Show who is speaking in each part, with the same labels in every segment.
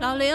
Speaker 1: 老刘，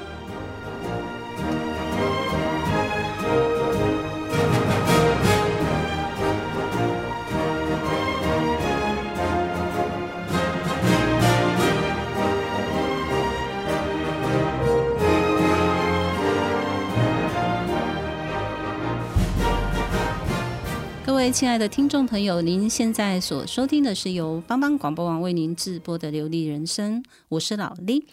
Speaker 1: 各位亲爱的听众朋友，您现在所收听的是由帮帮广播网为您直播的《流利人生》，我是老李，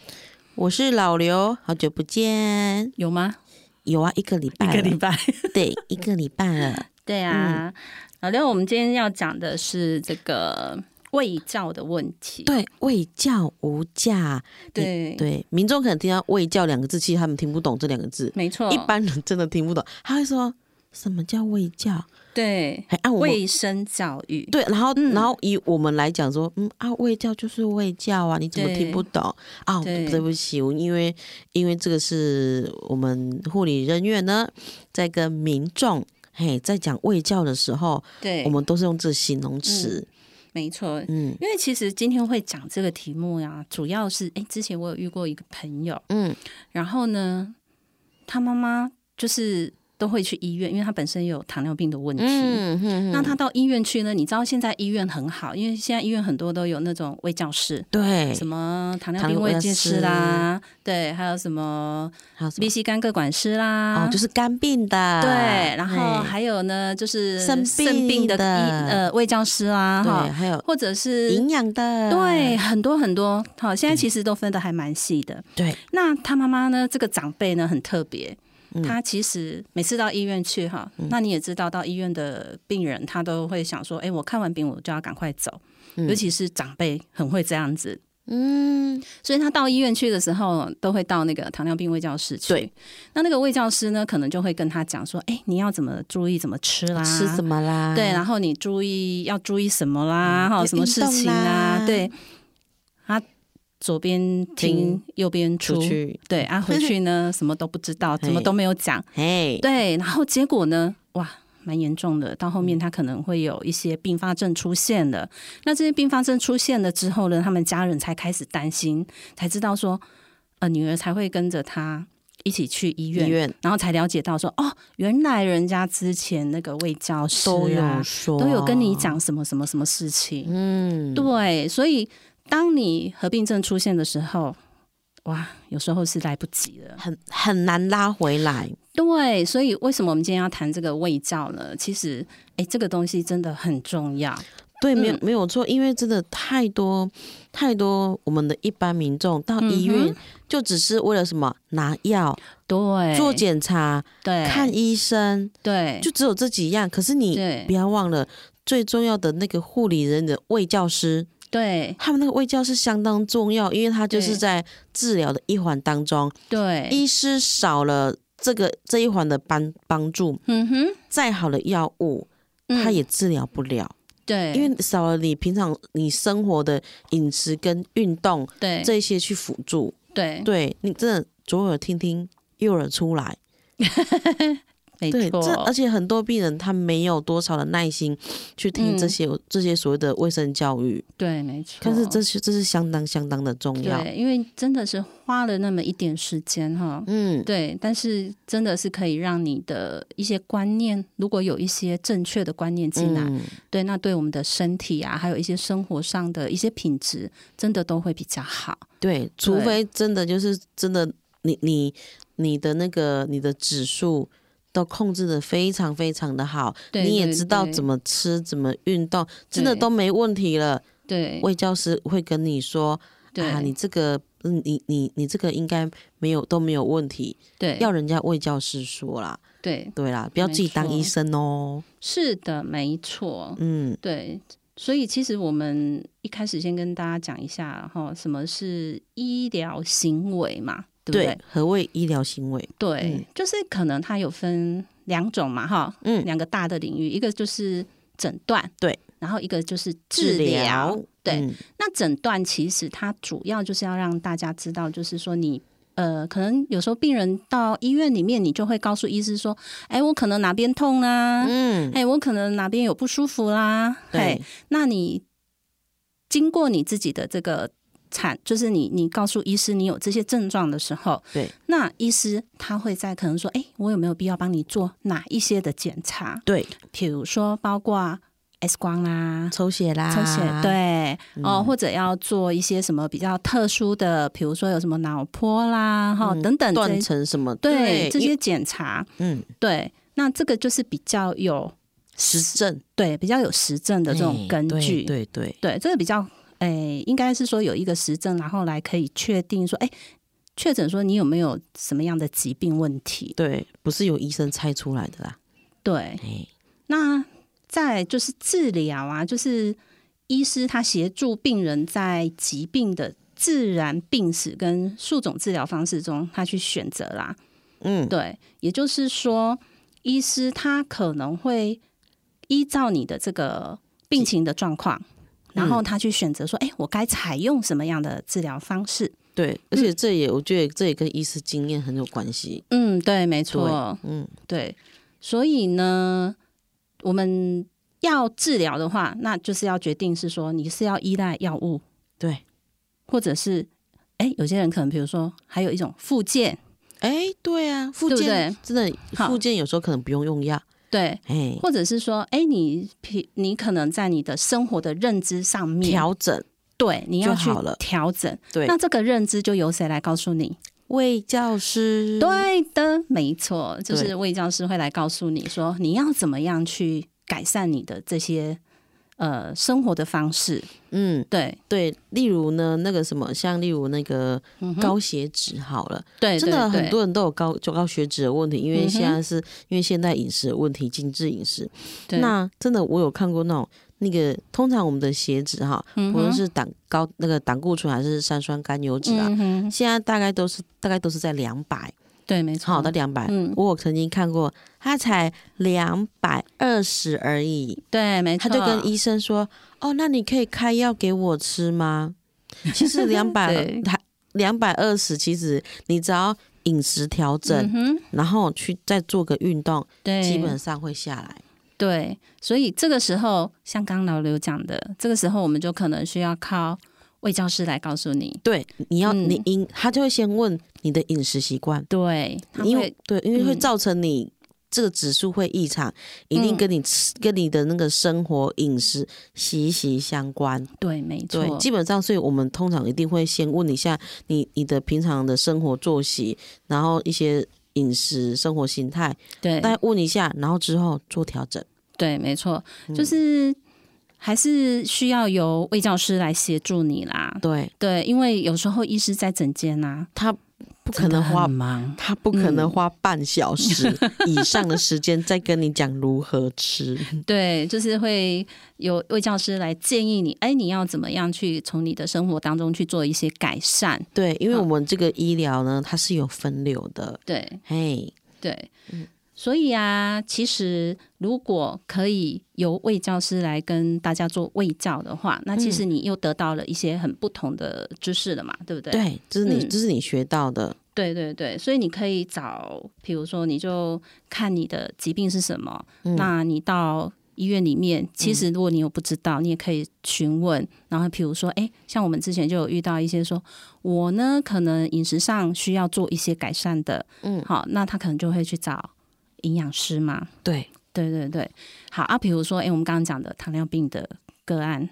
Speaker 2: 我是老刘，好久不见。
Speaker 1: 有吗？
Speaker 2: 有啊，一个礼拜嗯了，
Speaker 1: 拜。
Speaker 2: 对，一个礼拜了。
Speaker 1: 对啊，老六，我们今天要讲的是这个卫教的问题。
Speaker 2: 对，卫教无价。
Speaker 1: 对
Speaker 2: 对，民众可能听到“卫教”两个字，其实他们听不懂这两个字，
Speaker 1: 没错，
Speaker 2: 一般人真的听不懂。他会说什么叫卫教？
Speaker 1: 对
Speaker 2: 还按我们
Speaker 1: 卫生教育。
Speaker 2: 对，然后、
Speaker 1: 嗯
Speaker 2: 然后以我们来讲说，嗯啊，卫教就是卫教啊，你怎么
Speaker 1: 对
Speaker 2: 听不懂啊？
Speaker 1: 对
Speaker 2: 对不起，我因为因为这个是我们护理人员呢，在跟民众嘿在讲卫教的时候，
Speaker 1: 对，
Speaker 2: 我们都是用这形容词，
Speaker 1: 没错，
Speaker 2: 嗯
Speaker 1: 因为其实今天会讲这个题目呀、主要是哎，之前我有遇过一个朋友，
Speaker 2: 嗯
Speaker 1: 然后呢，他妈妈就是都会去医院，因为他本身有糖尿病的问题。
Speaker 2: 嗯嗯，
Speaker 1: 那他到医院去呢？你知道现在医院很好，因为现在医院很多都有那种卫教室，
Speaker 2: 对，
Speaker 1: 什么糖尿
Speaker 2: 糖
Speaker 1: 病
Speaker 2: 尿
Speaker 1: 卫
Speaker 2: 病
Speaker 1: 健师
Speaker 2: 师
Speaker 1: 啦，对，还有什么
Speaker 2: 还有什
Speaker 1: B
Speaker 2: 么？
Speaker 1: C 肝各管师啦，
Speaker 2: 哦，就是肝病的，
Speaker 1: 对，然后
Speaker 2: 嘿
Speaker 1: 还有呢，就是
Speaker 2: 生
Speaker 1: 病的
Speaker 2: 病的
Speaker 1: 医呃卫教师啦，
Speaker 2: 对，
Speaker 1: 哈，
Speaker 2: 还有
Speaker 1: 或者是
Speaker 2: 营养的，
Speaker 1: 对，很多很多，好，现在其实都分的还蛮细的。
Speaker 2: 对，
Speaker 1: 那他妈妈呢，这个长辈呢很特别，
Speaker 2: 嗯
Speaker 1: 她其实每次到医院去哈，那你也知道，到医院的病人他都会想说，哎，我看完病我就要赶快走，
Speaker 2: 嗯
Speaker 1: 尤其是长辈很会这样子，
Speaker 2: 嗯，
Speaker 1: 所以他到医院去的时候，都会到那个糖尿病卫教室去。
Speaker 2: 对，
Speaker 1: 那那个卫教师呢，可能就会跟他讲说，哎，你要怎么注意怎么吃啦，
Speaker 2: 吃什么啦？
Speaker 1: 对，然后你注意要注意什么啦，哈、
Speaker 2: 嗯要
Speaker 1: 什么事
Speaker 2: 运
Speaker 1: 情
Speaker 2: 动
Speaker 1: 啊？
Speaker 2: 啦
Speaker 1: 对，啊，左边听
Speaker 2: 听，
Speaker 1: 右边出
Speaker 2: 出，去，
Speaker 1: 对，啊，回去 呢什么都不知道，怎么
Speaker 2: 嘿
Speaker 1: 都没有讲，
Speaker 2: 嘿，
Speaker 1: 对，然后结果呢，哇。蛮严重的，到后
Speaker 2: 嗯
Speaker 1: 面他可能会有一些并发症出现了。那这些并发症出现了之后呢，他们家人才开始担心，才知道说，呃，女儿才会跟着他一起去医院，
Speaker 2: 医院
Speaker 1: 然后才了解到说，哦，原来人家之前那个卫教师、啊、
Speaker 2: 都有说，
Speaker 1: 都有跟你，讲什么什么什么事情。
Speaker 2: 嗯，
Speaker 1: 对，所以当你合并症出现的时候，哇，有时候是来不及了。
Speaker 2: 很很难拉回来。
Speaker 1: 对，所以为什么我们今天要谈这个胃教呢？其实，哎，这个东西真的很重要。
Speaker 2: 对，没有、
Speaker 1: 嗯
Speaker 2: 没有错，因为真的太多太多，我们的一般民众到医
Speaker 1: 嗯
Speaker 2: 院就只是为了什么拿药、
Speaker 1: 对，
Speaker 2: 做检查、
Speaker 1: 对
Speaker 2: 看医生，
Speaker 1: 对
Speaker 2: 就只有这几样。可是你
Speaker 1: 对
Speaker 2: 不要忘了，最重要的那个护理人的卫教师，
Speaker 1: 对
Speaker 2: 他们那个卫教师相当重要，因为他就
Speaker 1: 对
Speaker 2: 是在治疗的一环当中，
Speaker 1: 对，
Speaker 2: 医师少了这个这一环的帮帮助，
Speaker 1: 嗯哼，
Speaker 2: 再好的药物，
Speaker 1: 嗯
Speaker 2: 它也治疗不了，
Speaker 1: 对，
Speaker 2: 因为少了你平常你生活的饮食跟运动
Speaker 1: 对
Speaker 2: 这些去辅助，
Speaker 1: 对
Speaker 2: 对你真的左耳听听，右耳出来。
Speaker 1: 没
Speaker 2: 对，
Speaker 1: 错
Speaker 2: 这，而且很多病人他没有多少的耐心去听
Speaker 1: 嗯
Speaker 2: 这些、这些所谓的卫生教育，
Speaker 1: 对没错。
Speaker 2: 但是这是这是相当相当的重要。
Speaker 1: 对，因为真的是花了那么一点时间哈，
Speaker 2: 嗯，
Speaker 1: 对，但是真的是可以让你的一些观念，如果有一些正确的观念进来，
Speaker 2: 嗯
Speaker 1: 对，那对我们的身体啊，还有一些生活上的一些品质，真的都会比较好。
Speaker 2: 对，除非真的就是真的，你你你的那个你的指数都控制的非常非常的好，
Speaker 1: 对
Speaker 2: 你也
Speaker 1: 对
Speaker 2: 知道
Speaker 1: 对
Speaker 2: 怎么吃怎么运动，真的
Speaker 1: 对
Speaker 2: 都没问题了。
Speaker 1: 对，
Speaker 2: 卫教师会跟你说
Speaker 1: 对
Speaker 2: 啊，你这个，嗯你你你这个应该没有都没有问题，
Speaker 1: 对，
Speaker 2: 要人家卫教师说啦，
Speaker 1: 对，
Speaker 2: 对啦，不要自己当医生哦，
Speaker 1: 是的，没错，
Speaker 2: 嗯，
Speaker 1: 对，所以其实我们一开始先跟大家讲一下哈，什么是医疗行为嘛，对不对？
Speaker 2: 对，何谓医疗行为？
Speaker 1: 对，
Speaker 2: 嗯
Speaker 1: 就是可能它有分两种嘛哈，
Speaker 2: 嗯
Speaker 1: 两个大的领域，一个就是诊断，
Speaker 2: 对，
Speaker 1: 然后一个就是治疗，对。
Speaker 2: 嗯
Speaker 1: 那诊断其实它主要就是要让大家知道，就是说你。呃，可能有时候病人到医院里面，你就会告诉医师说：“哎，我可能哪边痛啦、
Speaker 2: 嗯，
Speaker 1: 哎，我可能哪边有不舒服啦。”哎
Speaker 2: 对，，
Speaker 1: 那你经过你自己的这个产，就是你你告诉医师你有这些症状的时候，
Speaker 2: 对，
Speaker 1: 那医师他会在可能说，哎，我有没有必要帮你做哪一些的检查？
Speaker 2: 对，
Speaker 1: 比如说包括 X 光啦、
Speaker 2: 抽血啦，
Speaker 1: 抽血，对、哦，
Speaker 2: 嗯
Speaker 1: 或者要做一些什么比较特殊的，比如说有什么脑波啦，哈、等等这
Speaker 2: 嗯断层什么，
Speaker 1: 对这
Speaker 2: 因
Speaker 1: 些
Speaker 2: 为
Speaker 1: 检查，
Speaker 2: 嗯，
Speaker 1: 对，那这个就是比较有
Speaker 2: 实证
Speaker 1: 对比较有实证的这种
Speaker 2: 哎
Speaker 1: 根
Speaker 2: 对
Speaker 1: 据，
Speaker 2: 对对，
Speaker 1: 对，这个比较，诶、应该是说有一个实证，然后来可以确定说，诶，确诊说你有没有什么样的疾病问题？
Speaker 2: 对，不是由医生猜出来的啦。
Speaker 1: 对，
Speaker 2: 哎，
Speaker 1: 那再就是治疗啊，就是医师他协助病人在疾病的自然病史跟数种治疗方式中，他去选择啦。
Speaker 2: 嗯，
Speaker 1: 对，也就是说，医师他可能会依照你的这个病情的状况，然后他去选择说，哎、我该采用什么样的治疗方式？
Speaker 2: 对，而且这也我觉得这也跟医师经验很有关系。
Speaker 1: 嗯，对，没
Speaker 2: 对
Speaker 1: 错，，
Speaker 2: 嗯，
Speaker 1: 对。所以呢，我们要治疗的话，那就是要决定是说你是要依赖药物，
Speaker 2: 对，
Speaker 1: 或者是。哎，有些人可能，比如说，还有一种附件，
Speaker 2: 哎，对啊，附
Speaker 1: 对不
Speaker 2: 件真的，
Speaker 1: 好
Speaker 2: 附件有时候可能不用用药，
Speaker 1: 对，
Speaker 2: 哎，
Speaker 1: 或者是说，哎，你你可能在你的生活的认知上面，
Speaker 2: 调整，
Speaker 1: 对，你要
Speaker 2: 就
Speaker 1: 去
Speaker 2: 好了
Speaker 1: 调整。
Speaker 2: 对，
Speaker 1: 那这个认知就由谁来告诉你？
Speaker 2: 魏教师，
Speaker 1: 对的，没错，就
Speaker 2: 对
Speaker 1: 是魏教师会来告诉你说你要怎么样去改善你的这些呃生活的方式。
Speaker 2: 嗯，
Speaker 1: 对，
Speaker 2: 对，例如呢，那个什么，像例如那个
Speaker 1: 嗯哼
Speaker 2: 高血脂好了，
Speaker 1: 对，
Speaker 2: 真的
Speaker 1: 对
Speaker 2: 很多人都有高就高血脂的问题，因为现
Speaker 1: 嗯
Speaker 2: 在是、因为现代饮食的问题，精致饮食。
Speaker 1: 对
Speaker 2: 那真的我有看过那种那个，通常我们的血脂哈，
Speaker 1: 嗯哼
Speaker 2: 无论是胆高那个胆固醇还是三酸甘油脂啊，
Speaker 1: 嗯哼，
Speaker 2: 现在大概都是大概都是在两百，
Speaker 1: 对，没错，
Speaker 2: 好到两百。
Speaker 1: 嗯，
Speaker 2: 我有曾经看过，他才两百二十而已，
Speaker 1: 对，没
Speaker 2: 他
Speaker 1: 错，
Speaker 2: 就跟医生说：“哦，那你可以开药给我吃吗？” 其实两百
Speaker 1: 对
Speaker 2: 还两百二十，其实你只要饮食调整，
Speaker 1: 嗯哼，
Speaker 2: 然后去再做个运动，
Speaker 1: 对，
Speaker 2: 基本上会下来。
Speaker 1: 对，所以这个时候，像刚老刘讲的，这个时候我们就可能需要靠魏教师来告诉你，
Speaker 2: 对，你要、
Speaker 1: 嗯
Speaker 2: 你饮，他就会先问你的饮食习惯，
Speaker 1: 对，他
Speaker 2: 因
Speaker 1: 会
Speaker 2: 为对，因为会
Speaker 1: 嗯
Speaker 2: 造成你。这个指数会异常，一定
Speaker 1: 嗯
Speaker 2: 跟你吃、跟你的那个生活饮食息息相关。
Speaker 1: 对，没
Speaker 2: 对，
Speaker 1: 错，
Speaker 2: 基本上，所以我们通常一定会先问一下你你的平常的生活作息，然后一些饮食、生活形态，
Speaker 1: 对，
Speaker 2: 再问一下，然后之后做调整。
Speaker 1: 对，没错，
Speaker 2: 嗯
Speaker 1: 就是还是需要由卫教师来协助你啦。
Speaker 2: 对
Speaker 1: 对，因为有时候医师在诊间呐、
Speaker 2: 他不可
Speaker 1: 真的
Speaker 2: 能花
Speaker 1: 很忙。
Speaker 2: 他不可
Speaker 1: 嗯
Speaker 2: 能花半小时以上的时间在跟你讲如何吃。
Speaker 1: 对，就是会有卫教师来建议你，哎，你要怎么样去从你的生活当中去做一些改善。
Speaker 2: 对，因为
Speaker 1: 嗯
Speaker 2: 我们这个医疗呢，它是有分流的。
Speaker 1: 对
Speaker 2: 嘿，
Speaker 1: 对，
Speaker 2: 嗯
Speaker 1: 所以啊，其实如果可以由卫教师来跟大家做卫教的话，那
Speaker 2: 嗯
Speaker 1: 其实你又得到了一些很不同的知识了嘛，对不对？
Speaker 2: 对，这是你，
Speaker 1: 嗯
Speaker 2: 这是你学到的。
Speaker 1: 对对对，所以你可以找，比如说，你就看你的疾病是什么，
Speaker 2: 嗯
Speaker 1: 那你到医院里面，其实如果你有不知道，你也可以询问。然后，比如说，哎，像我们之前就有遇到一些说，我呢可能饮食上需要做一些改善的，嗯，好，那他可能就会去找营养师嘛。
Speaker 2: 对，
Speaker 1: 对对对，好啊，比如说，哎，我们刚刚讲的糖尿病的个案，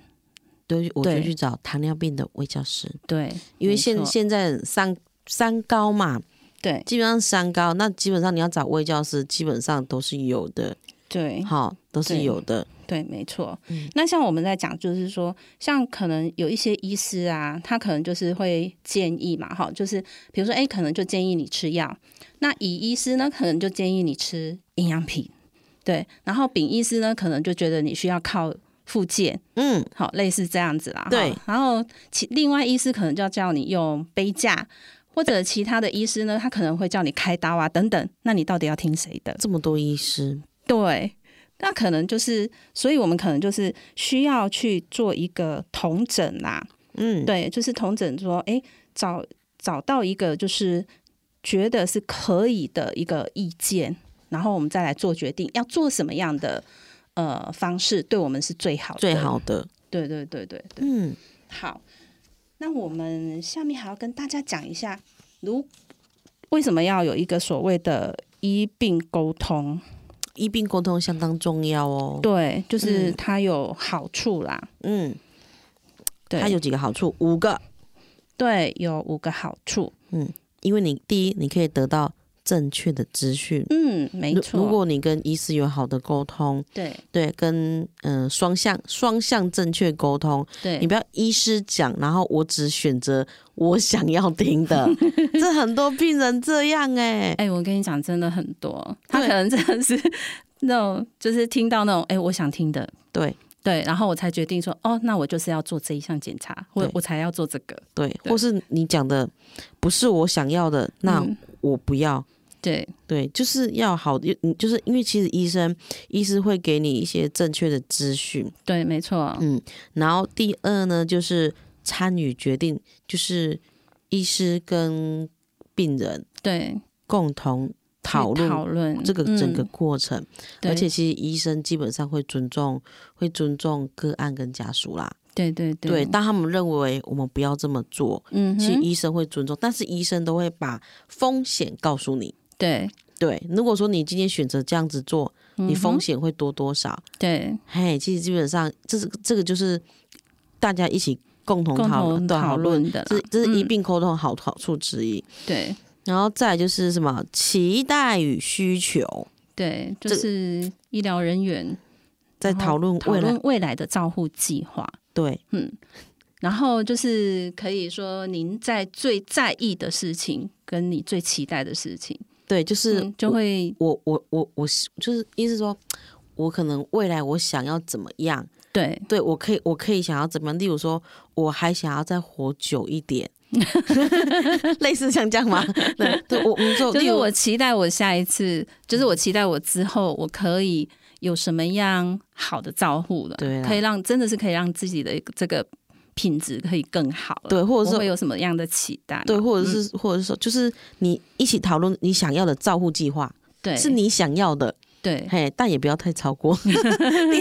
Speaker 2: 对，我就
Speaker 1: 对
Speaker 2: 去找糖尿病的卫教师，
Speaker 1: 对，
Speaker 2: 因为
Speaker 1: 没错
Speaker 2: 现现在三三高嘛，
Speaker 1: 对
Speaker 2: 基本上三高，那基本上你要找卫教师，基本上都是有的。
Speaker 1: 对
Speaker 2: 好，都是
Speaker 1: 对
Speaker 2: 有的。
Speaker 1: 对，没错。那像我们在讲，就是说，像可能有一些医师啊，他可能就是会建议嘛，哈，就是比如说，哎，可能就建议你吃药。那乙医师呢，可能就建议你吃营养品，对。然后丙医师呢，可能就觉得你需要靠复健，
Speaker 2: 嗯，
Speaker 1: 好，类似这样子啦。哈
Speaker 2: 对
Speaker 1: 然后其另外医师可能就要叫你用杯架，或者其他的医师呢，他可能会叫你开刀啊，等等。那你到底要听谁的？
Speaker 2: 这么多医师，
Speaker 1: 对，那可能就是，所以我们可能就是需要去做一个统整啦。
Speaker 2: 嗯，，
Speaker 1: 对，就是统整说，哎，找找到一个就是觉得是可以的一个意见，然后我们再来做决定，要做什么样的呃方式，对我们是最好的。
Speaker 2: 最。好的，
Speaker 1: 对对对对对。
Speaker 2: 嗯，
Speaker 1: 好，那我们下面还要跟大家讲一下，如为什么要有一个所谓的医病沟通。
Speaker 2: 医病沟通相当重要哦。，
Speaker 1: 对，就是
Speaker 2: 嗯
Speaker 1: 它有好处啦。
Speaker 2: 嗯，
Speaker 1: 对，
Speaker 2: 它有几个好处，五个。
Speaker 1: 对有五个好处。
Speaker 2: 因为你第一，你可以得到正确的资讯。
Speaker 1: 嗯，没
Speaker 2: 如
Speaker 1: 错。
Speaker 2: 如果你跟医师有好的沟通，
Speaker 1: 对
Speaker 2: 对，跟嗯、呃双向双向正确沟通，
Speaker 1: 对，
Speaker 2: 你不要医师讲，然后我只选择我想要听 的。这很多病人这样哎、
Speaker 1: 哎、我跟你讲，真的很多，他
Speaker 2: 对
Speaker 1: 可能真的是那种，就是听到那种，哎、我想听的，
Speaker 2: 对
Speaker 1: 对，然后我才决定说，哦，那我就是要做这一项检查，我
Speaker 2: 对
Speaker 1: 我才要做这个，
Speaker 2: 对，
Speaker 1: 对
Speaker 2: 或是你讲的不是我想要的，那
Speaker 1: 嗯
Speaker 2: 我不要。
Speaker 1: 对
Speaker 2: 对，就是要好，你就是因为其实医生医师会给你一些正确的资讯，
Speaker 1: 对，没错，
Speaker 2: 嗯，然后第二呢就是参与决定，就是医师跟病人
Speaker 1: 对，去
Speaker 2: 共同讨
Speaker 1: 讨
Speaker 2: 论
Speaker 1: 论
Speaker 2: 这个整个
Speaker 1: 嗯
Speaker 2: 过程，
Speaker 1: 对
Speaker 2: 而且其实医生基本上会尊重会尊重个案跟家属啦，
Speaker 1: 对对对
Speaker 2: 对，当他们认为我们不要这么做，
Speaker 1: 嗯
Speaker 2: 其实
Speaker 1: 哼，
Speaker 2: 医生会尊重，但是医生都会把风险告诉你。
Speaker 1: 对，
Speaker 2: 对，如果说你今天选择这样子做，
Speaker 1: 嗯
Speaker 2: 你风
Speaker 1: 哼
Speaker 2: 险会多多少？
Speaker 1: 对
Speaker 2: 嘿，其实基本上这是这个就是大家一起共同
Speaker 1: 共
Speaker 2: 讨
Speaker 1: 同
Speaker 2: 对
Speaker 1: 讨
Speaker 2: 论，
Speaker 1: 的啦，
Speaker 2: 这这是一
Speaker 1: 嗯
Speaker 2: 并沟通的好好处之一。
Speaker 1: 对。
Speaker 2: 然后再来就是什么期待与需求，
Speaker 1: 对，就
Speaker 2: 这
Speaker 1: 是医疗人员
Speaker 2: 在
Speaker 1: 然后
Speaker 2: 讨论
Speaker 1: 讨
Speaker 2: 未来
Speaker 1: 论未来的照护计划，
Speaker 2: 对
Speaker 1: 嗯，然后就是可以说您在最在意的事情，跟你最期待的事情，
Speaker 2: 对，就是
Speaker 1: 嗯、就会
Speaker 2: 我我我我是就是意思说，我可能未来我想要怎么样，
Speaker 1: 对
Speaker 2: 对我可以我可以想要怎么样，例如说我还想要再活久一 点。类似像这样吗？对，对我我就
Speaker 1: 就
Speaker 2: 哦例
Speaker 1: 是
Speaker 2: 如
Speaker 1: 我期待我下一次，就是我期待我之后我可以有什么样好的照护了，
Speaker 2: 对啦
Speaker 1: 可以让真的是可以让自己的这个品质可以更好了，
Speaker 2: 对，或者
Speaker 1: 我
Speaker 2: 是
Speaker 1: 会有什么样的期待嘛？
Speaker 2: 对，或者
Speaker 1: 嗯
Speaker 2: 是、或者是说，就是你一起讨论你想要的照护计划，
Speaker 1: 对，
Speaker 2: 是你想要的，
Speaker 1: 对
Speaker 2: 嘿，但也不要太超过， 你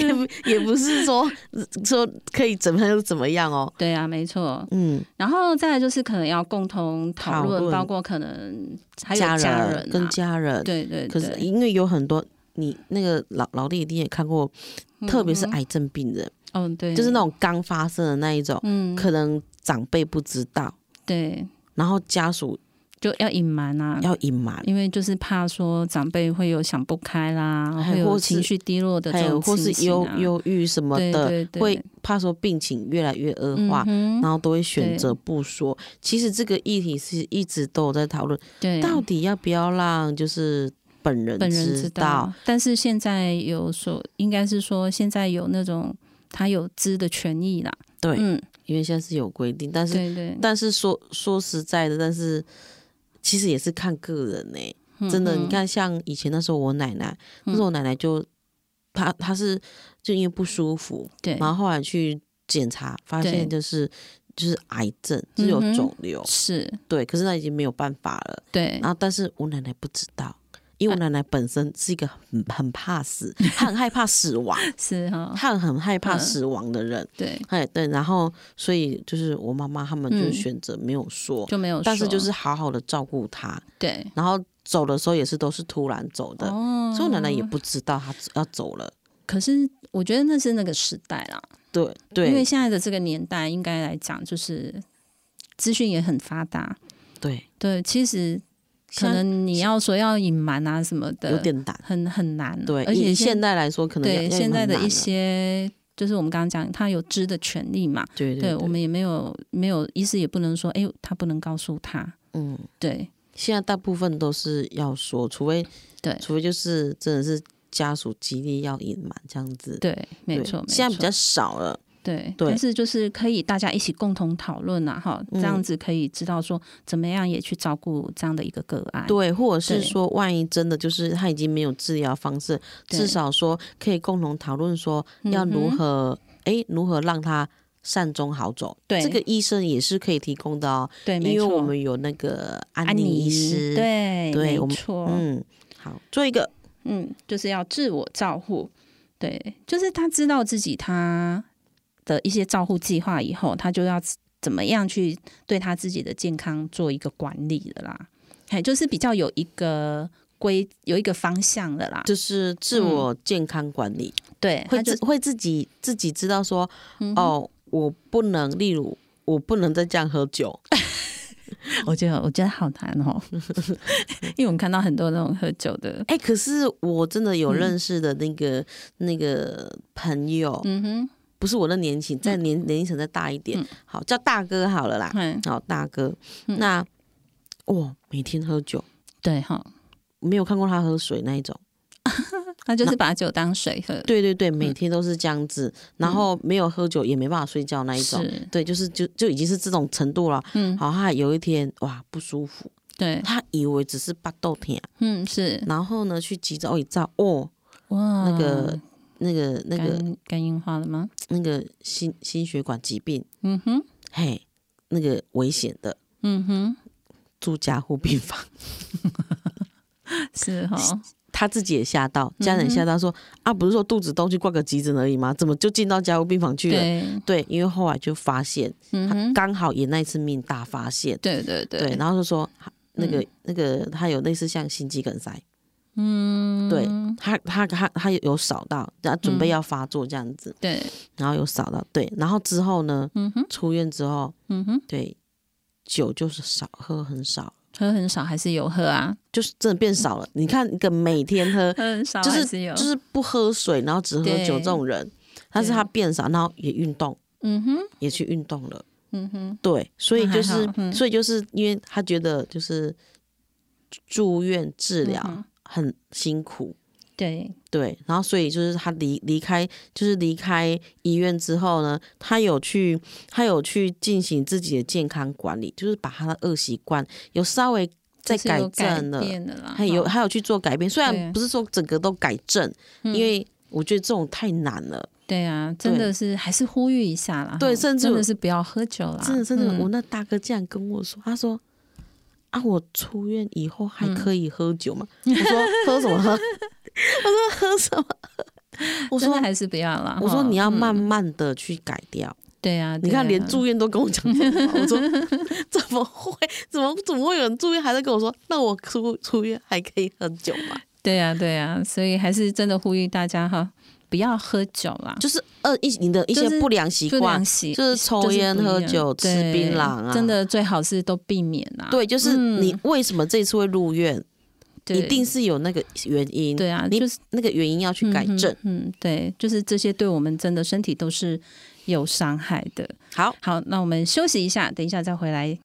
Speaker 2: 也不也不是说呃说可以怎么样就怎么样哦，
Speaker 1: 对啊，没错，
Speaker 2: 嗯，
Speaker 1: 然后再来就是可能要共同讨
Speaker 2: 讨
Speaker 1: 论，
Speaker 2: 论
Speaker 1: 包括可能还有
Speaker 2: 家
Speaker 1: 人啊、
Speaker 2: 跟家人，
Speaker 1: 对对对，
Speaker 2: 可是因为有很多。你那个老老弟一定也看过，特别是
Speaker 1: 嗯哼
Speaker 2: 癌症病人，
Speaker 1: 嗯对，
Speaker 2: 就是那种刚发生的那一种，
Speaker 1: 嗯
Speaker 2: 可能长辈不知道，
Speaker 1: 对，
Speaker 2: 然后家属
Speaker 1: 就要隐瞒啊，
Speaker 2: 要隐瞒，
Speaker 1: 因为就是怕说长辈会有想不开啦，
Speaker 2: 还
Speaker 1: 会有
Speaker 2: 哎或是
Speaker 1: 情绪低落的嗯
Speaker 2: 还
Speaker 1: 这
Speaker 2: 有
Speaker 1: 种
Speaker 2: 或
Speaker 1: 情
Speaker 2: 是
Speaker 1: 形
Speaker 2: 忧
Speaker 1: 啊
Speaker 2: 忧郁什么
Speaker 1: 对
Speaker 2: 的，
Speaker 1: 对对
Speaker 2: 会怕说病情越来越恶化，
Speaker 1: 嗯
Speaker 2: 然
Speaker 1: 哼、
Speaker 2: 后都会选择不说。其实这个议题是一直都有在讨论，
Speaker 1: 对
Speaker 2: 到底要不要让就是本人
Speaker 1: 本人
Speaker 2: 知
Speaker 1: 知道，但是现在有所应该是说现在有那种他有知的权益啦，
Speaker 2: 对，
Speaker 1: 嗯，
Speaker 2: 因为现在是有规定，但是
Speaker 1: 对对，
Speaker 2: 但是说说实在的，但是其实也是看个人呢、真的，
Speaker 1: 嗯
Speaker 2: 你，看，像以前那时候我奶奶，那时候我奶奶就她她是就因为不舒服，
Speaker 1: 嗯对，
Speaker 2: 然后后来去检查，发现
Speaker 1: 对
Speaker 2: 就是就是癌症，是有
Speaker 1: 嗯哼
Speaker 2: 肿瘤，
Speaker 1: 是，
Speaker 2: 对，可是那已经没有办法了。
Speaker 1: 对啊
Speaker 2: 然，后，但是我奶奶不知道，因为我奶奶本身是一个很很怕死， 她很害怕死亡，
Speaker 1: 是哈，
Speaker 2: 她很害怕
Speaker 1: 嗯
Speaker 2: 死亡的人。
Speaker 1: 对，
Speaker 2: 哎，对，然后所以就是我妈妈他们就
Speaker 1: 嗯
Speaker 2: 选择没有说，
Speaker 1: 就没有说，
Speaker 2: 哦但是就是好好的照顾她，
Speaker 1: 对。
Speaker 2: 然后走的时候也是都是突然走的，
Speaker 1: 哦
Speaker 2: 所以我奶奶也不知道她要走了。
Speaker 1: 可是我觉得那是那个时代啦，
Speaker 2: 对
Speaker 1: 因为
Speaker 2: 对
Speaker 1: 现在的这个年代，应该来讲就是资讯也很发达，
Speaker 2: 对，
Speaker 1: 对，其实可能你要说要隐瞒啊什么的，
Speaker 2: 有点难。
Speaker 1: 很很难。
Speaker 2: 对，
Speaker 1: 嗯而
Speaker 2: 以
Speaker 1: 且
Speaker 2: 现代来说，可能要
Speaker 1: 对
Speaker 2: 要
Speaker 1: 现在
Speaker 2: 很
Speaker 1: 的
Speaker 2: 难
Speaker 1: 一
Speaker 2: 了
Speaker 1: 些，就是我们刚刚讲，他有知的权利嘛，
Speaker 2: 对
Speaker 1: 对
Speaker 2: 对
Speaker 1: 我们也没有没有意思，也不能说，哎，他不能告诉他，
Speaker 2: 嗯，
Speaker 1: 对
Speaker 2: 现在大部分都是要说，除非
Speaker 1: 对
Speaker 2: 除非就是真的是家属极力要隐瞒这样子。
Speaker 1: 对，
Speaker 2: 对，
Speaker 1: 没错，没
Speaker 2: 现在比
Speaker 1: 错
Speaker 2: 较少了。
Speaker 1: 对，
Speaker 2: 对
Speaker 1: 但是就是可以大家一起共同讨论啊，哈，这
Speaker 2: 嗯
Speaker 1: 样子可以知道说怎么样也去照顾这样的一个个案，
Speaker 2: 对，或者是
Speaker 1: 对
Speaker 2: 说，万一真的就是他已经没有治疗方式，
Speaker 1: 对
Speaker 2: 至少说可以共同讨论说
Speaker 1: 嗯哼
Speaker 2: 要如何，诶，如何让他善终好走。
Speaker 1: 对
Speaker 2: 这个医生也是可以提供的哦，
Speaker 1: 对，没
Speaker 2: 因为
Speaker 1: 错
Speaker 2: 我们有那个安
Speaker 1: 安
Speaker 2: 宁
Speaker 1: 妮
Speaker 2: 医师。，
Speaker 1: 对
Speaker 2: 对我
Speaker 1: 没
Speaker 2: 们
Speaker 1: 错，
Speaker 2: 嗯，好，做一个
Speaker 1: 嗯，就是要自我照护。对，就是他知道自己他的一些照护计划以后，他就要怎么样去对他自己的健康做一个管理的啦。哎，就是比较有一个规，有一个方向的啦。
Speaker 2: 就是自我健康管理，
Speaker 1: 对，嗯
Speaker 2: 会
Speaker 1: 他就
Speaker 2: 自会自己自己知道说，
Speaker 1: 嗯哼
Speaker 2: 哦，我不能，例如我不能再这样喝酒，
Speaker 1: 我觉得我觉得好难哦， 因为我们看到很多那种喝酒的，
Speaker 2: 哎、可是我真的有
Speaker 1: 嗯
Speaker 2: 认识的那个、那个朋友，
Speaker 1: 嗯哼，
Speaker 2: 不是我那年纪，在年年龄层再大一点，
Speaker 1: 嗯
Speaker 2: 好叫大哥好了啦，
Speaker 1: 嗯，
Speaker 2: 好大哥，
Speaker 1: 嗯
Speaker 2: 那哇，每天喝酒，
Speaker 1: 对哈，
Speaker 2: 没有看过他喝水那一种，
Speaker 1: 他就是把酒当水喝，
Speaker 2: 对对
Speaker 1: 嗯
Speaker 2: 对，每天都是这样子，然后没有喝酒也没办法睡觉那一种，
Speaker 1: 是，
Speaker 2: 对，就是就就已经是这种程度了。
Speaker 1: 嗯，
Speaker 2: 好，他有一天哇不舒服，
Speaker 1: 对，
Speaker 2: 他以为只是巴豆疼，
Speaker 1: 嗯，是
Speaker 2: 然后呢去急诊哦一照哦，
Speaker 1: 哇，
Speaker 2: 那个那个那个
Speaker 1: 肝肝硬化了吗？
Speaker 2: 那个心心血管疾病，
Speaker 1: 嗯哼。
Speaker 2: 嘿，那个危险的
Speaker 1: 嗯哼，
Speaker 2: 住加护病房。
Speaker 1: 是哈，
Speaker 2: 他自己也吓到，
Speaker 1: 嗯
Speaker 2: 家人也吓到说、啊，不是说肚子痛去挂个急诊而已吗？怎么就进到加护病房去了？
Speaker 1: 对，
Speaker 2: 对因为后来就发现，
Speaker 1: 嗯
Speaker 2: 他
Speaker 1: 哼，
Speaker 2: 刚好也那一次命大发现，
Speaker 1: 对对对，
Speaker 2: 对，然后就说他那个、
Speaker 1: 嗯
Speaker 2: 那个他有类似像心肌梗塞，
Speaker 1: 嗯，
Speaker 2: 对他他他他有扫到，他准备要发作这样子，
Speaker 1: 对，
Speaker 2: 然后有扫到，对，然后之后呢，
Speaker 1: 嗯哼，
Speaker 2: 出院之后，
Speaker 1: 嗯哼，
Speaker 2: 对，酒就是少喝很少，
Speaker 1: 喝很少还是有喝啊，
Speaker 2: 就是真的变少了。你看一个每天喝
Speaker 1: 喝很少
Speaker 2: 呃就
Speaker 1: 还
Speaker 2: 是
Speaker 1: 是有，
Speaker 2: 就是不喝水，然后只喝酒
Speaker 1: 对
Speaker 2: 这种人，但是他变少，然后也运动，
Speaker 1: 嗯哼，
Speaker 2: 也去运动了。
Speaker 1: 嗯哼，
Speaker 2: 对，所以
Speaker 1: 那还
Speaker 2: 就是
Speaker 1: 好，嗯
Speaker 2: 所以就是因为他觉得就是住院治
Speaker 1: 嗯
Speaker 2: 疗
Speaker 1: 哼
Speaker 2: 很辛苦，
Speaker 1: 对，
Speaker 2: 对，然后所以就是他离离开，就是离开医院之后呢，他有去他有去进行自己的健康管理，就是把他的恶习惯有稍微再
Speaker 1: 就是
Speaker 2: 改
Speaker 1: 有
Speaker 2: 正了，
Speaker 1: 变了啦，
Speaker 2: 还有
Speaker 1: 哈，
Speaker 2: 还有去做改变，虽然
Speaker 1: 对
Speaker 2: 不是说整个都改正，
Speaker 1: 嗯
Speaker 2: 因为我觉得这种太难了。
Speaker 1: 对啊，真的是还是呼吁一下啦，
Speaker 2: 对
Speaker 1: 哈
Speaker 2: 甚至
Speaker 1: 真
Speaker 2: 我
Speaker 1: 的是不要喝酒啦，
Speaker 2: 真的真的，
Speaker 1: 嗯
Speaker 2: 我那大哥竟然跟我说，他说啊，我出院以后还可以喝酒吗？ 我说喝什么喝？ 我说喝什么喝？我
Speaker 1: 真的
Speaker 2: 说
Speaker 1: 还是不要啦，
Speaker 2: 我说
Speaker 1: 哈
Speaker 2: 你要慢，
Speaker 1: 嗯
Speaker 2: 慢的去改掉。
Speaker 1: 对啊，
Speaker 2: 你
Speaker 1: 对
Speaker 2: 看，
Speaker 1: 啊
Speaker 2: 连住院都跟我讲这种 话，我说怎么会？怎么怎么会有人住院还在跟我说？那我出出院还可以喝酒吗？
Speaker 1: 对啊，对啊，所以还是真的呼吁大家哈，不要喝酒啦，
Speaker 2: 就是呃一你的一些
Speaker 1: 就是
Speaker 2: 不良习
Speaker 1: 不
Speaker 2: 惯
Speaker 1: 良，习
Speaker 2: 就是抽烟
Speaker 1: 不一样
Speaker 2: 喝酒吃
Speaker 1: 对
Speaker 2: 槟榔啊
Speaker 1: 真的最好是都避免啊。
Speaker 2: 对，就是
Speaker 1: 嗯
Speaker 2: 你为什么这次会入院，
Speaker 1: 对，
Speaker 2: 一定是有那个原因。
Speaker 1: 对啊，
Speaker 2: 你
Speaker 1: 就是
Speaker 2: 那个原因要去改正。
Speaker 1: 嗯。嗯，对，就是这些对我们真的身体都是有伤害的。
Speaker 2: 好，
Speaker 1: 好，那我们休息一下，等一下再回来。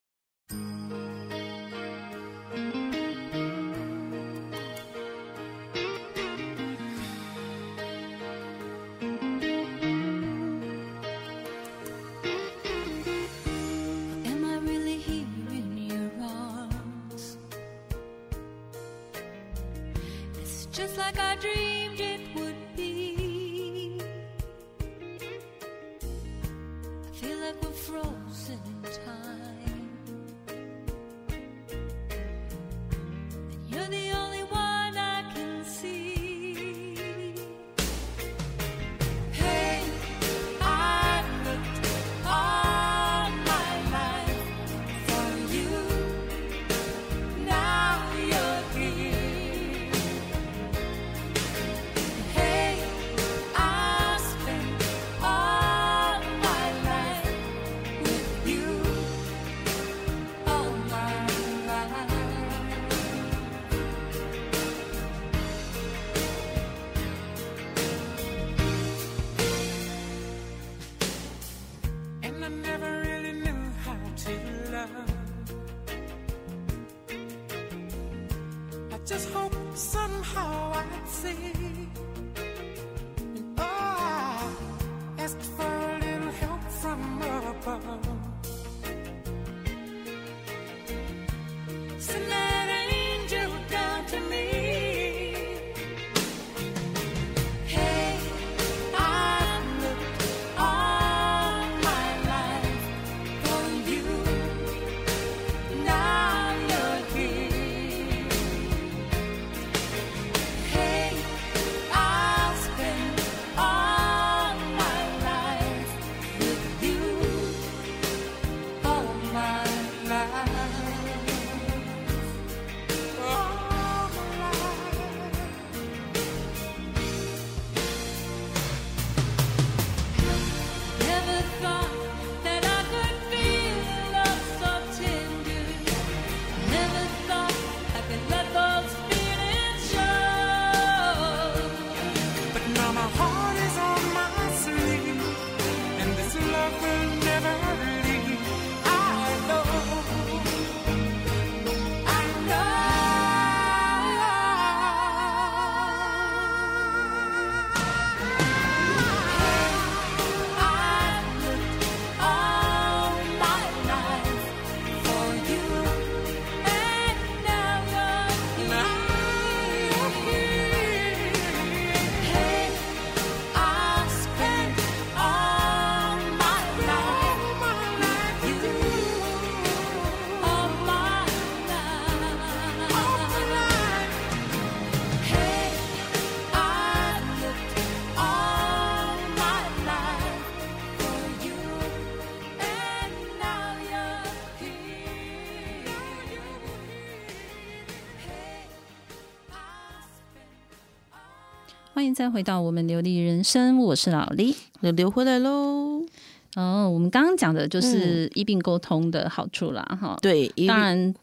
Speaker 3: Am I really here in your arms? It's just like I dreamed it would be. I feel like we're frozen in time. And you're the only one I can see. Hey, I looked all my life for you. Now you're here. Hey, I spent all my life with you.
Speaker 4: just hope somehow I'd see. And oh, I asked for a little help from above. Send that angel down to me. Hey, I've looked all my life for you. Now you're here. Hey, I'll spend all my life with you. All my life. All my life.
Speaker 5: Never thought that I could feel love so tender. Never thought I could let those feelings show.
Speaker 4: But now my heart is on my sleeve, and this love will never leave. I know, I know. I've lived all my life for you, and now you're here. Hey, I spent all my life with you, all my life. Hey, I lived all my life for you, and now you're here.
Speaker 1: 欢迎再回到我们流利人生，我是老李。
Speaker 2: 那留回来喽。嗯
Speaker 1: 哦，我们刚刚讲的就是医病沟通的好处啦，哈、
Speaker 2: 对，因
Speaker 1: 当
Speaker 2: 为
Speaker 1: 然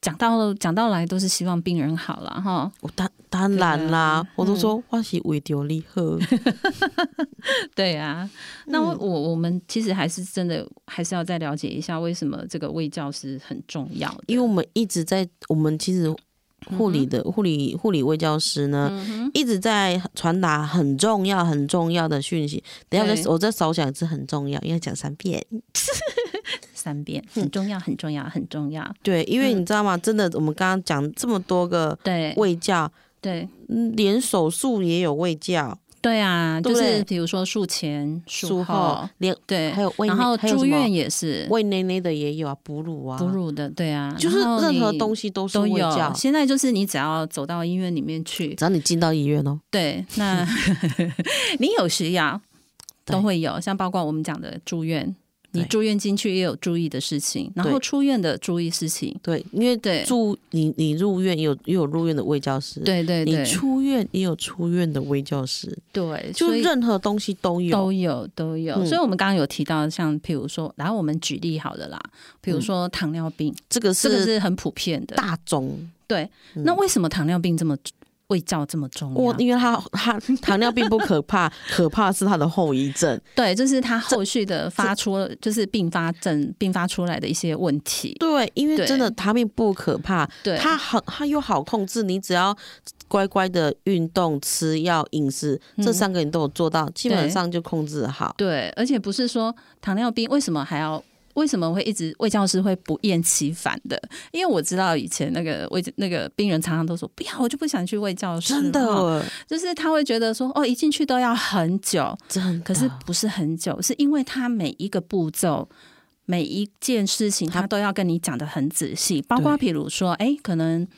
Speaker 1: 讲到讲到来都是希望病人好啦。 哈。
Speaker 2: 我当当然
Speaker 1: 啊
Speaker 2: 啦，我都
Speaker 1: 嗯
Speaker 2: 说我是为着你好。
Speaker 1: 对啊，那
Speaker 2: 嗯
Speaker 1: 我、我我们其实还是真的还是要再了解一下为什么这个卫教是很重要的，
Speaker 2: 因为我们一直在，我们其实护理
Speaker 1: 嗯
Speaker 2: 的护理护理卫教师呢，一直在传达很重要很重要的讯息。等一下我
Speaker 1: 对
Speaker 2: 再我再少讲一次很重要，因为讲三遍。
Speaker 1: 三遍很重要，很重要，很重要。
Speaker 2: 对，因为你知道吗？真的，我们刚刚讲这么多个
Speaker 1: 嗯对，
Speaker 2: 卫教，
Speaker 1: 对
Speaker 2: 嗯连手术也有卫教，
Speaker 1: 对啊，
Speaker 2: 对
Speaker 1: 就
Speaker 2: 不对
Speaker 1: 是比如说术前、术嗯
Speaker 2: 术后连
Speaker 1: 对，
Speaker 2: 还有喂
Speaker 1: 然后
Speaker 2: 还有什
Speaker 1: 住
Speaker 2: 么
Speaker 1: 院也是
Speaker 2: 喂奶奶的也有啊，哺乳啊，
Speaker 1: 哺乳的，对啊，
Speaker 2: 就是
Speaker 1: 然后
Speaker 2: 任何
Speaker 1: 你
Speaker 2: 东西都是
Speaker 1: 都
Speaker 2: 卫
Speaker 1: 有
Speaker 2: 教。。
Speaker 1: 现在就是你只要走到医院里面去，
Speaker 2: 只要你进到医院哦，
Speaker 1: 对，那 你有需要
Speaker 2: 对
Speaker 1: 都会有，像包括我们讲的住院，你
Speaker 2: 对
Speaker 1: 住院进去也有注意的事情，然后
Speaker 2: 对
Speaker 1: 出院的注意事情，
Speaker 2: 对，因为
Speaker 1: 对
Speaker 2: 住你你入院也有也有入院的卫教师，
Speaker 1: 对对对
Speaker 2: 你出院也有出院的微教师，
Speaker 1: 对，
Speaker 2: 就
Speaker 1: 所以
Speaker 2: 任何东西都有。
Speaker 1: 都有都有。
Speaker 2: 嗯
Speaker 1: 所以我们刚刚有提到，像譬如说，然后我们举例好了啦，比如说糖尿病，
Speaker 2: 这个
Speaker 1: 这个
Speaker 2: 嗯是
Speaker 1: 是很普遍的。
Speaker 2: 大宗，
Speaker 1: 对，那为什么糖尿病这么胃教这么重
Speaker 2: 我
Speaker 1: 要？
Speaker 2: 因为他他糖尿病不可怕， 可怕是他的后遗症。
Speaker 1: 对，就是它后续的发出，就是并发症并发出来的一些问题。
Speaker 2: 对，因为
Speaker 1: 对
Speaker 2: 真的糖尿病不可怕，
Speaker 1: 对，
Speaker 2: 它好它又好控制，你只要乖乖的运动、吃药、饮食，这
Speaker 1: 嗯
Speaker 2: 三个你都有做到，基本上就控制好。
Speaker 1: 对，而且不是说糖尿病为什么还要？为什么会一直魏教师会不厌其烦的？因为我知道以前那个魏那个病人常常都说不要，我就不想去魏教师了。
Speaker 2: 真的，
Speaker 1: 就是他会觉得说哦，一进去都要很久，
Speaker 2: 真的。
Speaker 1: 可是不是很久，是因为他每一个步骤。每一件事情，
Speaker 2: 他
Speaker 1: 他都要跟你讲的很仔细，包括比如说，哎，可能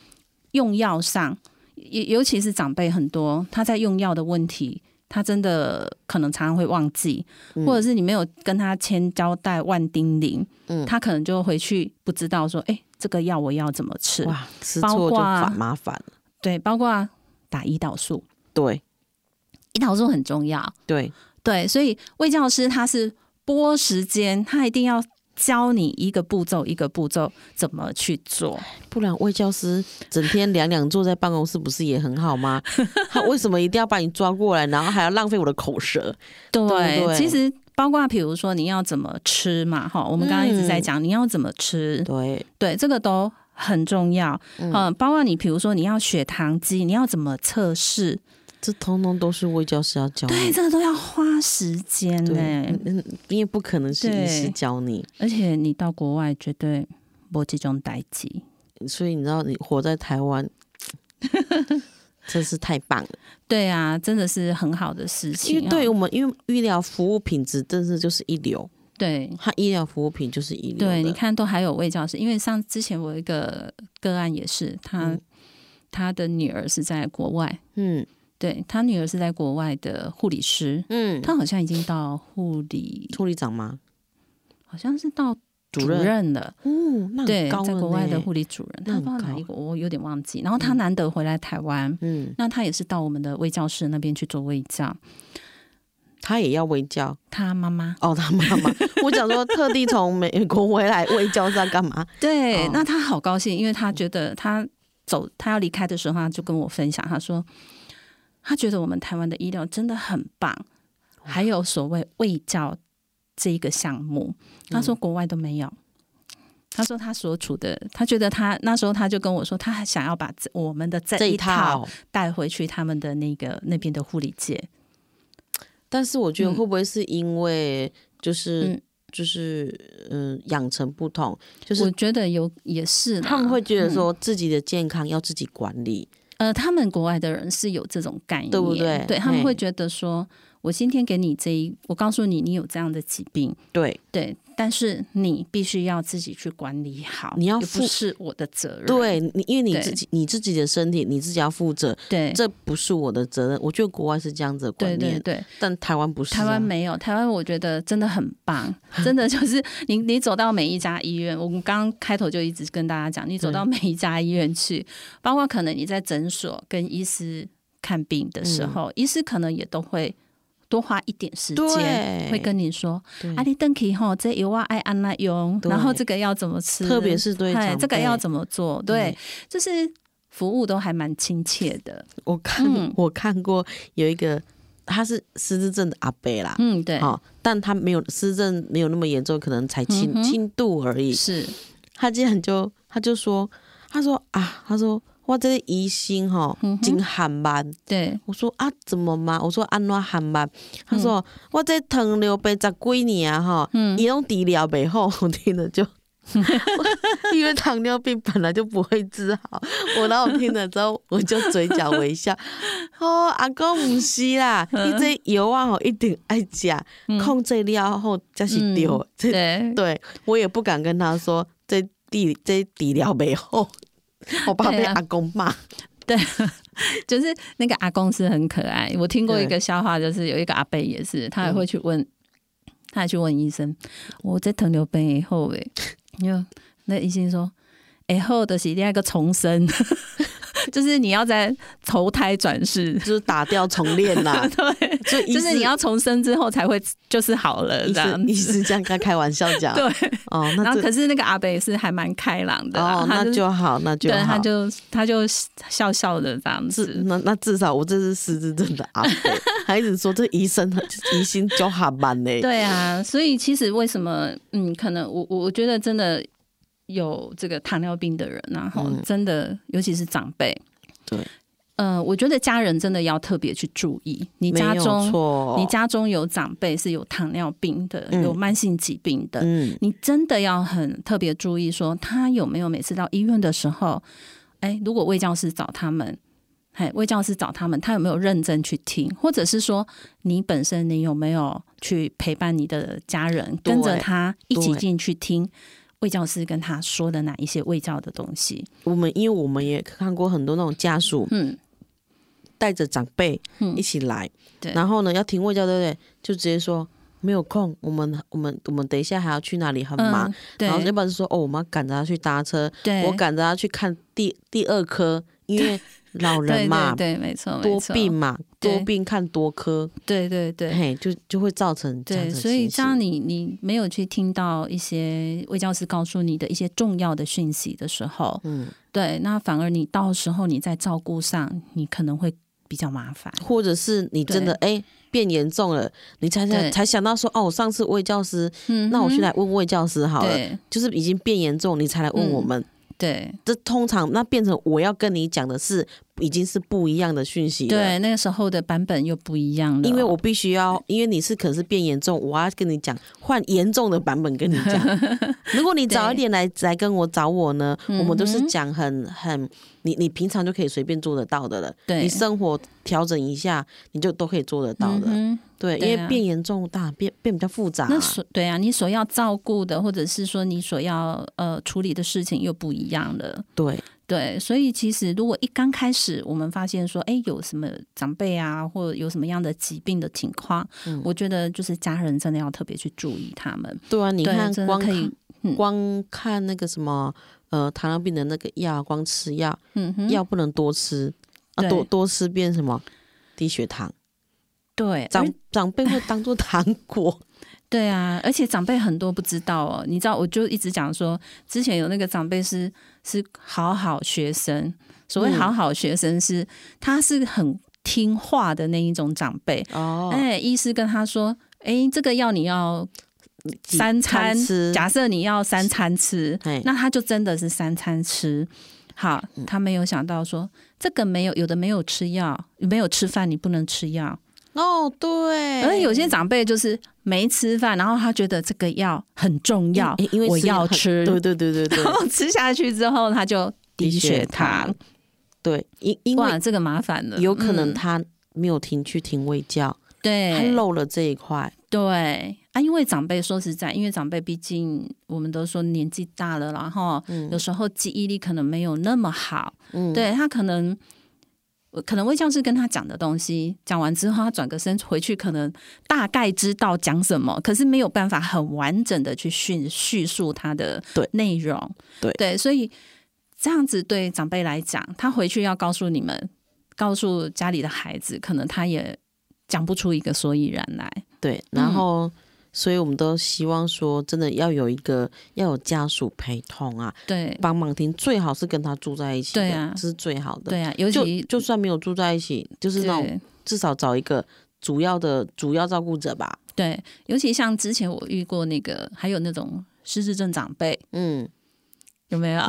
Speaker 1: 用药上，尤尤其是长辈很多，他在用药的问题，他真的可能常常会忘记，或者是你没有跟他千交代万叮咛，
Speaker 2: 嗯
Speaker 1: 他可能就回去不知道说，哎，这个药我要怎么吃？
Speaker 2: 哇，吃
Speaker 1: 包
Speaker 2: 错就
Speaker 1: 括啊
Speaker 2: 烦麻烦了。
Speaker 1: 对，包括打胰岛素，
Speaker 2: 对
Speaker 1: 胰岛素很重要，
Speaker 2: 对，
Speaker 1: 对，所以魏教师他是拨时间，他一定要教你一个步骤一个步骤怎么去做。
Speaker 2: 不然魏教师整天两两坐在办公室，不是也很 好吗？他为什么一定要把你抓过来，然后还要浪费我的口舌？
Speaker 1: 对，
Speaker 2: 对
Speaker 1: 其实包括比如说你要怎么吃嘛，哈，我们刚刚一直在讲、你要怎么吃，
Speaker 2: 嗯对，
Speaker 1: 对，这个都很重要。嗯、包括你比如说你要血糖机，你要怎么测试？
Speaker 2: 这通通都是魏教师要教
Speaker 1: 对，
Speaker 2: 你。
Speaker 1: 这个都要花时间呢、
Speaker 2: 对，嗯，嗯你也不可能是医师
Speaker 1: 对
Speaker 2: 教你，
Speaker 1: 而且你到国外绝对没这种代际。
Speaker 2: 所以你知道你活在台湾，真是太棒了。
Speaker 1: 对啊，真的是很好的事
Speaker 2: 因
Speaker 1: 情
Speaker 2: 为
Speaker 1: 哦。
Speaker 2: 对于我们，因为医疗服务品质真是就是一流，
Speaker 1: 对
Speaker 2: 它医疗服务品就是一流的。
Speaker 1: 对，你看都还有魏教师，因为上之前我有一个个案也是，他、
Speaker 2: 嗯
Speaker 1: 他的女儿是在国外，
Speaker 2: 嗯，
Speaker 1: 对他女儿是在国外的护理师，
Speaker 2: 嗯
Speaker 1: 他好像已经到护理，
Speaker 2: 处理长吗？
Speaker 1: 好像是到
Speaker 2: 主
Speaker 1: 主
Speaker 2: 任
Speaker 1: 任了。
Speaker 2: 哦，那
Speaker 1: 对，
Speaker 2: 很高
Speaker 1: 在国外的护
Speaker 2: 理，
Speaker 1: 理主任，
Speaker 2: 那
Speaker 1: 他
Speaker 2: 很
Speaker 1: 到哪
Speaker 2: 高
Speaker 1: 一国我有点忘记。然后他难得回来台湾，
Speaker 2: 嗯，
Speaker 1: 那他也是到我们的卫教室那边去做卫教。
Speaker 2: 他也要卫教
Speaker 1: 他妈妈
Speaker 2: 哦，他妈妈， 我想说特地从美国回来卫教是要干嘛？
Speaker 1: 对，
Speaker 2: 哦
Speaker 1: 那他好高兴，因为他觉得他走，他要离开的时候，他就跟我分享，他说他觉得我们台湾的医疗真的很棒，还有所谓卫教这一个项目，
Speaker 2: 嗯
Speaker 1: 他说国外都没有。他说他所处的，他觉得他那时候他就跟我说，他还想要把这我们的这
Speaker 2: 这
Speaker 1: 一
Speaker 2: 一
Speaker 1: 套
Speaker 2: 套，
Speaker 1: 带回去他们的那个那边的护理界。
Speaker 2: 但是我觉得
Speaker 1: 嗯
Speaker 2: 会不会是因为就是、
Speaker 1: 嗯
Speaker 2: 就是嗯养成不同，就是
Speaker 1: 我觉得有也是啦，
Speaker 2: 他们会
Speaker 1: 嗯
Speaker 2: 觉得说自己的健康要自己管理，
Speaker 1: 呃，他们国外的人是有这种概念，
Speaker 2: 对不对
Speaker 1: 他们
Speaker 2: 嘿
Speaker 1: 会觉得说，我今天给你这一，我告诉你你有这样的疾病，
Speaker 2: 对
Speaker 1: 对，但是你必须要自己去管理好，
Speaker 2: 你要
Speaker 1: 也不
Speaker 2: 负
Speaker 1: 是我的责任，
Speaker 2: 对，你因为你
Speaker 1: 对
Speaker 2: 自己你自己的身体你自己要负责，
Speaker 1: 对
Speaker 2: 这不是我的责任。我觉得国外是这样子的观
Speaker 1: 对
Speaker 2: 念，
Speaker 1: 对对，
Speaker 2: 但台湾不是、啊
Speaker 1: 台湾。没有，台湾我觉得真的很 棒，真的就是你你走到每一家医院，我们刚刚开头就一直跟大家讲，你走到每一家医院去，包括可能你在诊所跟医师看病的
Speaker 2: 嗯
Speaker 1: 时候，医师可能也都会多花一点时间，
Speaker 2: 对
Speaker 1: 会跟你说
Speaker 2: 对，
Speaker 1: 啊，你邓以后这油啊爱安那用，
Speaker 2: 嗯对
Speaker 1: 然后这个要怎么吃，
Speaker 2: 特别是对
Speaker 1: 哎
Speaker 2: 长
Speaker 1: 这个
Speaker 2: 辈嗯
Speaker 1: 要怎么做，对，就是服务都还蛮亲切的，
Speaker 2: 我看、
Speaker 1: 嗯
Speaker 2: 我看过有一个他是失智症的阿伯啦，
Speaker 1: 嗯，对，
Speaker 2: 哦，但他没有失智症没有那么严重，可能才轻、
Speaker 1: 嗯哼
Speaker 2: 轻度而已。
Speaker 1: 是，
Speaker 2: 他竟然就他就说，他说啊，他说我这个疑心哈
Speaker 1: 嗯哼，
Speaker 2: 真寒班。
Speaker 1: 对，
Speaker 2: 我说啊，怎么嘛？我说安怎喊吧？他说、我这糖尿病十几年啊哈，
Speaker 1: 嗯
Speaker 2: 伊拢治疗袂好， 我听 了就，因为糖尿病本来就不会治好。我然后我听了之后，我就嘴角微笑。哦，阿公唔是啦，
Speaker 1: 嗯
Speaker 2: 你这药啊吼一定爱食，控制了后才是对的。
Speaker 1: 嗯
Speaker 2: 这
Speaker 1: 对。
Speaker 2: 对我也不敢跟他说这治这治疗袂好，我怕被
Speaker 1: 对啊
Speaker 2: 阿公骂。
Speaker 1: 对，就是那个阿公是很可爱。我听过一个笑话，就是有一个阿伯也是，他也会去
Speaker 2: 嗯
Speaker 1: 问，他也去问医生，我在糖尿病以后 诶，因为那医生说，以后的是另外一个重生， 就是你要再投胎转世，
Speaker 2: 就是打掉重练啦，
Speaker 1: 对，
Speaker 2: 就意
Speaker 1: 就
Speaker 2: 思
Speaker 1: 是你要重生之后才会就是好了
Speaker 2: 意
Speaker 1: 这
Speaker 2: 思
Speaker 1: 样
Speaker 2: 意
Speaker 1: 子。
Speaker 2: 思这样跟他开玩笑 讲，
Speaker 1: 对，
Speaker 2: 哦，
Speaker 1: 然
Speaker 2: 那
Speaker 1: 后
Speaker 2: 这
Speaker 1: 可是那个阿伯也是还蛮开朗的啦，啊
Speaker 2: 哦，
Speaker 1: 他
Speaker 2: 那
Speaker 1: 就
Speaker 2: 就好，那就
Speaker 1: 对，
Speaker 2: 好，
Speaker 1: 他就他就笑笑的这样
Speaker 2: 至
Speaker 1: 子，
Speaker 2: 那那至少我这是失智症的阿 伯，还一直说这医生疑心就哈班呢，
Speaker 1: 对啊，所以其实为什么，嗯，可能我我我觉得真的有这个糖尿病的人、啊，然后
Speaker 2: 嗯
Speaker 1: 真的，尤其是长辈，
Speaker 2: 对，
Speaker 1: 呃，我觉得家人真的要特别去注意，你
Speaker 2: 没
Speaker 1: 家
Speaker 2: 有
Speaker 1: 中
Speaker 2: 错，
Speaker 1: 你家中有长辈是有糖尿病的，
Speaker 2: 嗯
Speaker 1: 有慢性疾病的，
Speaker 2: 嗯
Speaker 1: 你真的要很特别注意说他有没有每次到医院的时候，哎，如果卫教师找他们。哎，卫教师找他们，他有没有认真去听，或者是说你本身你有没有去陪伴你的家人，
Speaker 2: 对
Speaker 1: 跟着他一起
Speaker 2: 对
Speaker 1: 进去听卫教师跟他说的哪一些卫教的东西？
Speaker 2: 我们因为我们也看过很多那种家属
Speaker 1: 嗯，
Speaker 2: 带着长辈
Speaker 1: 嗯
Speaker 2: 一起来，
Speaker 1: 对
Speaker 2: 然后呢要停位教对不对？就直接说没有空，我们我们我们等一下还要去哪里，很忙，
Speaker 1: 嗯，
Speaker 2: 然后要
Speaker 1: 对
Speaker 2: 不然就说哦，我们要赶着他去搭车，
Speaker 1: 对，
Speaker 2: 我赶着他去看第第二科，因为老
Speaker 1: 对
Speaker 2: 人
Speaker 1: 对
Speaker 2: 嘛，
Speaker 1: 对，没错，没
Speaker 2: 多
Speaker 1: 错
Speaker 2: 病，嘛，
Speaker 1: 对
Speaker 2: 多病看多科，
Speaker 1: 对对对，
Speaker 2: 嘿，就就会造成这样
Speaker 1: 对，
Speaker 2: 子的
Speaker 1: 所以
Speaker 2: 情
Speaker 1: 这样
Speaker 2: 形
Speaker 1: 你你没有去听到一些魏教师告诉你的一些重要的讯息的时候，
Speaker 2: 嗯，
Speaker 1: 对，那反而你到时候你在照顾上，你可能会比较麻烦。
Speaker 2: 或者是你真的哎、变严重了，你才
Speaker 1: 对
Speaker 2: 才才想到说哦，我上次魏教师，
Speaker 1: 嗯
Speaker 2: 那我去来问魏教师好了，
Speaker 1: 对嗯
Speaker 2: 就是已经变严重，你才来问我们，
Speaker 1: 对
Speaker 2: 这通常那变成我要跟你讲的是，已经是不一样的讯息了。
Speaker 1: 对，那个时候的版本又不一样了，嗯
Speaker 2: 因为我必须要，因为你是可能是变严重，我要跟你讲换严重的版本跟你讲。 如果你早一点来来跟我找我呢，
Speaker 1: 嗯
Speaker 2: 我们都是讲很很你你平常就可以随便做得到的了。
Speaker 1: 对
Speaker 2: 你生活调整一下，你就都可以做得到的。
Speaker 1: 嗯哼
Speaker 2: 对，因
Speaker 1: 对啊
Speaker 2: 为变严重大，变变比较复杂、
Speaker 1: 那所对啊，你所要照顾的，或者是说你所要呃处理的事情又不一样了。
Speaker 2: 对
Speaker 1: 对，所以其实如果一刚开始我们发现说，哎，有什么长辈啊，或者有什么样的疾病的情况，
Speaker 2: 嗯
Speaker 1: 我觉得就是家人真的要特别去注意他们。
Speaker 2: 对啊，你
Speaker 1: 对
Speaker 2: 看
Speaker 1: 真的
Speaker 2: 光
Speaker 1: 可以嗯
Speaker 2: 看，光看那个什么呃糖尿病的那个药，光吃药，
Speaker 1: 嗯哼，
Speaker 2: 药不能多吃，啊
Speaker 1: 对
Speaker 2: 多多吃变什么低血糖。
Speaker 1: 对
Speaker 2: 长
Speaker 1: 而
Speaker 2: 长辈会当做糖果，
Speaker 1: 对啊，而且长辈很多不知道哦，你知道，我就一直讲说，之前有那个长辈是是好好学生，所谓
Speaker 2: 嗯
Speaker 1: 好好学生是、他是很听话的那一种长辈，
Speaker 2: 哦
Speaker 1: 哎、医师跟他说，哎，这个药你要三餐
Speaker 2: 吃，
Speaker 1: 假设你要三餐吃
Speaker 2: 哎，
Speaker 1: 那他就真的是三餐吃。好，
Speaker 2: 嗯
Speaker 1: 他没有想到说这个没有，有的没有吃药，没有吃饭，你不能吃药。
Speaker 2: 哦，对，
Speaker 1: 而且有些长辈就是没吃饭，然后他觉得这个药很重要，
Speaker 2: 因因为
Speaker 1: 我
Speaker 2: 是
Speaker 1: 要
Speaker 2: 很
Speaker 1: 吃，
Speaker 2: 对对对对对
Speaker 1: 然后吃下去之后他就 低血糖，
Speaker 2: 对，因因
Speaker 1: 哇，
Speaker 2: 为
Speaker 1: 这个麻烦了，
Speaker 2: 有可能
Speaker 1: 嗯
Speaker 2: 他没有听去听卫教，他
Speaker 1: 对
Speaker 2: 漏了这一块，
Speaker 1: 对啊，因为长辈说实在，因为长辈毕竟我们都说年纪大了，然后有时候记忆力可能没有那么好，
Speaker 2: 嗯，
Speaker 1: 对他可能。我可能魏教师跟他讲的东西，讲完之后，他转个身回去，可能大概知道讲什么，可是没有办法很完整的去叙叙述他的
Speaker 2: 对
Speaker 1: 内容。
Speaker 2: 对
Speaker 1: 所以这样子对长辈来讲，他回去要告诉你们，告诉家里的孩子，可能他也讲不出一个所以然来。
Speaker 2: 对，
Speaker 1: 嗯
Speaker 2: 然后。所以，我们都希望说，真的要有一个要有家属陪同啊，
Speaker 1: 对
Speaker 2: 帮忙听，最好是跟他住在一起的，
Speaker 1: 对啊
Speaker 2: 这是最好的。
Speaker 1: 对啊，尤
Speaker 2: 就
Speaker 1: 其
Speaker 2: 就算没有住在一起，就是那种
Speaker 1: 对
Speaker 2: 至少找一个主要的主要照顾者吧。
Speaker 1: 对，尤其像之前我遇过那个，还有那种失智症长辈，
Speaker 2: 嗯，
Speaker 1: 有没有？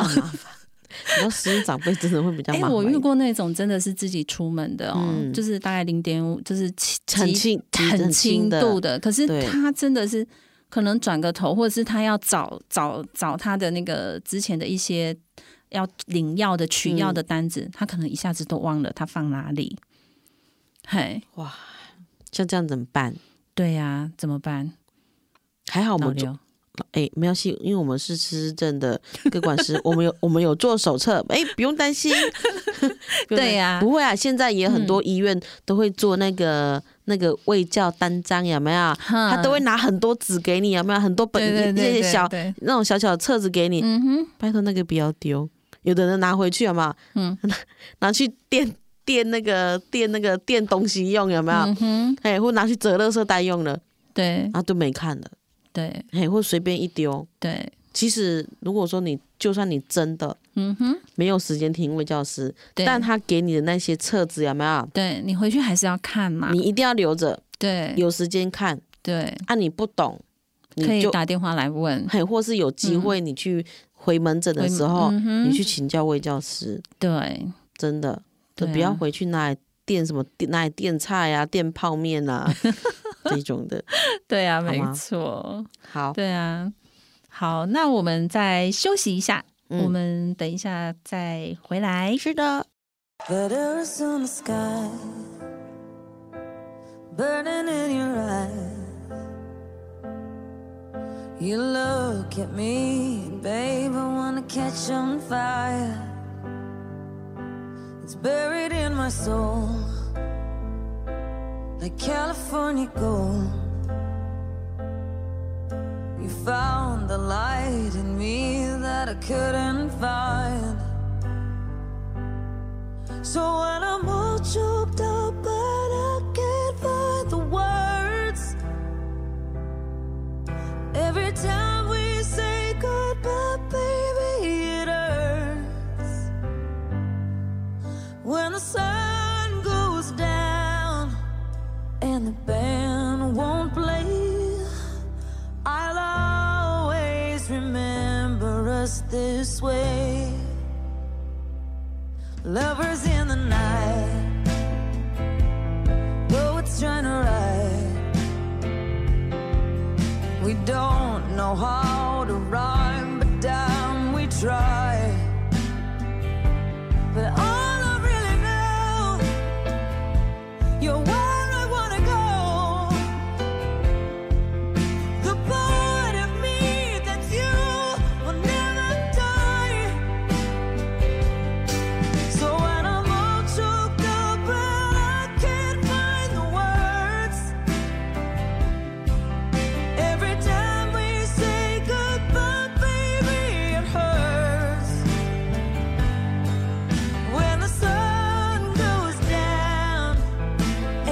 Speaker 2: 你要食物长辈真的会比较
Speaker 1: 哎、
Speaker 2: 嗯麻烦。
Speaker 1: 我遇过那种真的是自己出门的哦，
Speaker 2: 嗯
Speaker 1: 就是大概零点五，就是轻
Speaker 2: 很
Speaker 1: 极
Speaker 2: 轻
Speaker 1: 很轻
Speaker 2: 轻
Speaker 1: 度的，可是
Speaker 2: 对
Speaker 1: 他真的是可能转个头，或者是他要找找找他的那个之前的一些要领药的取
Speaker 2: 嗯
Speaker 1: 药的单子，他可能一下子都忘了他放哪里。嘿，
Speaker 2: 像这样怎么办？
Speaker 1: 对呀、怎么办？
Speaker 2: 还好我
Speaker 1: 脑
Speaker 2: 们就
Speaker 1: 瘤
Speaker 2: 哎、没有系，因为我们是失智症的各管师， 我们有我们有做手册，哎、不用 担心。不用担心
Speaker 1: 对呀嗯
Speaker 2: 不会啊，现在也很多医院都会做那个、那个卫教单张，有没有？
Speaker 1: 哼
Speaker 2: 他都会拿很多纸给你，有没有？很多本
Speaker 1: 嗯对对对
Speaker 2: 那些
Speaker 1: 对
Speaker 2: 小
Speaker 1: 对
Speaker 2: 那种小小的册子给你，
Speaker 1: 嗯哼，
Speaker 2: 拜托那个不要丢，有的人拿回去有没有？
Speaker 1: 嗯，
Speaker 2: 拿去垫垫那个垫那个垫东西用有没有？
Speaker 1: 嗯哼，
Speaker 2: 哎、或拿去折垃圾袋用了，
Speaker 1: 对
Speaker 2: 啊，都没看了，
Speaker 1: 对
Speaker 2: 哎，或随便一丢。
Speaker 1: 对，
Speaker 2: 其实如果说你就算你真的
Speaker 1: 嗯哼，
Speaker 2: 没有时间听魏教师，
Speaker 1: 对，啊
Speaker 2: 但他给你的那些册子有没有？
Speaker 1: 对你回去还是要看嘛，
Speaker 2: 你一定要留着，
Speaker 1: 对
Speaker 2: 有时间看。
Speaker 1: 对，
Speaker 2: 啊，你不懂，
Speaker 1: 可
Speaker 2: 你
Speaker 1: 以
Speaker 2: 就
Speaker 1: 打电话来问，
Speaker 2: 嘿，或是有机会你去回门诊的时候，
Speaker 1: 嗯哼
Speaker 2: 你去请教魏教师，
Speaker 1: 对。
Speaker 2: 真的，就
Speaker 1: 对啊
Speaker 2: 不要回去拿来垫什么拿来垫菜啊、垫泡 面啊这种的。
Speaker 1: 对啊，没
Speaker 2: 吗
Speaker 1: 错，
Speaker 2: 好，
Speaker 1: 对啊。好，那我们再休息一下，
Speaker 2: 嗯
Speaker 1: 我们等一下再回来。
Speaker 2: 是的，
Speaker 4: Letters on the sky, burning in your eyes. You look at me, babe, I wanna catch on fire. It's buried in my soul, like California gold. You found the light in me that I couldn't find. So when I'm all choked up, but I can't find the words. Every time we say goodbye, baby, it hurts. When the sun goes down and the band won't play, I'll always remember us this way. lovers in the night. Though it's trying to ride, we don't know how to rhyme, but damn, we try. But all I really know, you're where I wanna go. The part of me that you will never die. So when I'm all choked up and I can't find the words, every time we say goodbye, baby, it hurts. When the sun goes down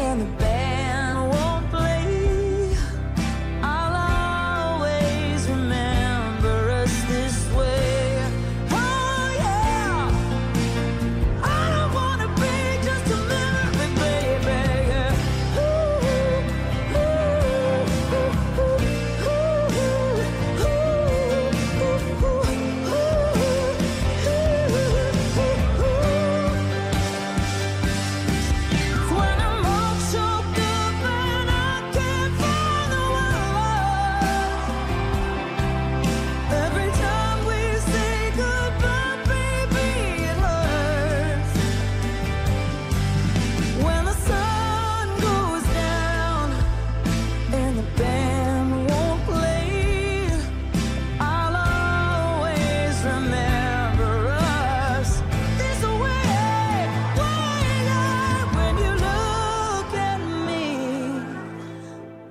Speaker 4: and the band won't play. I'll always remember us this way. Oh yeah, I don't wanna be just a memory, baby. When I'm all choked up and I can't find the words, every time we say goodbye, baby, it hurts. When the sun goes down and the band won't play, I'll always remember us this way. Way when you look at me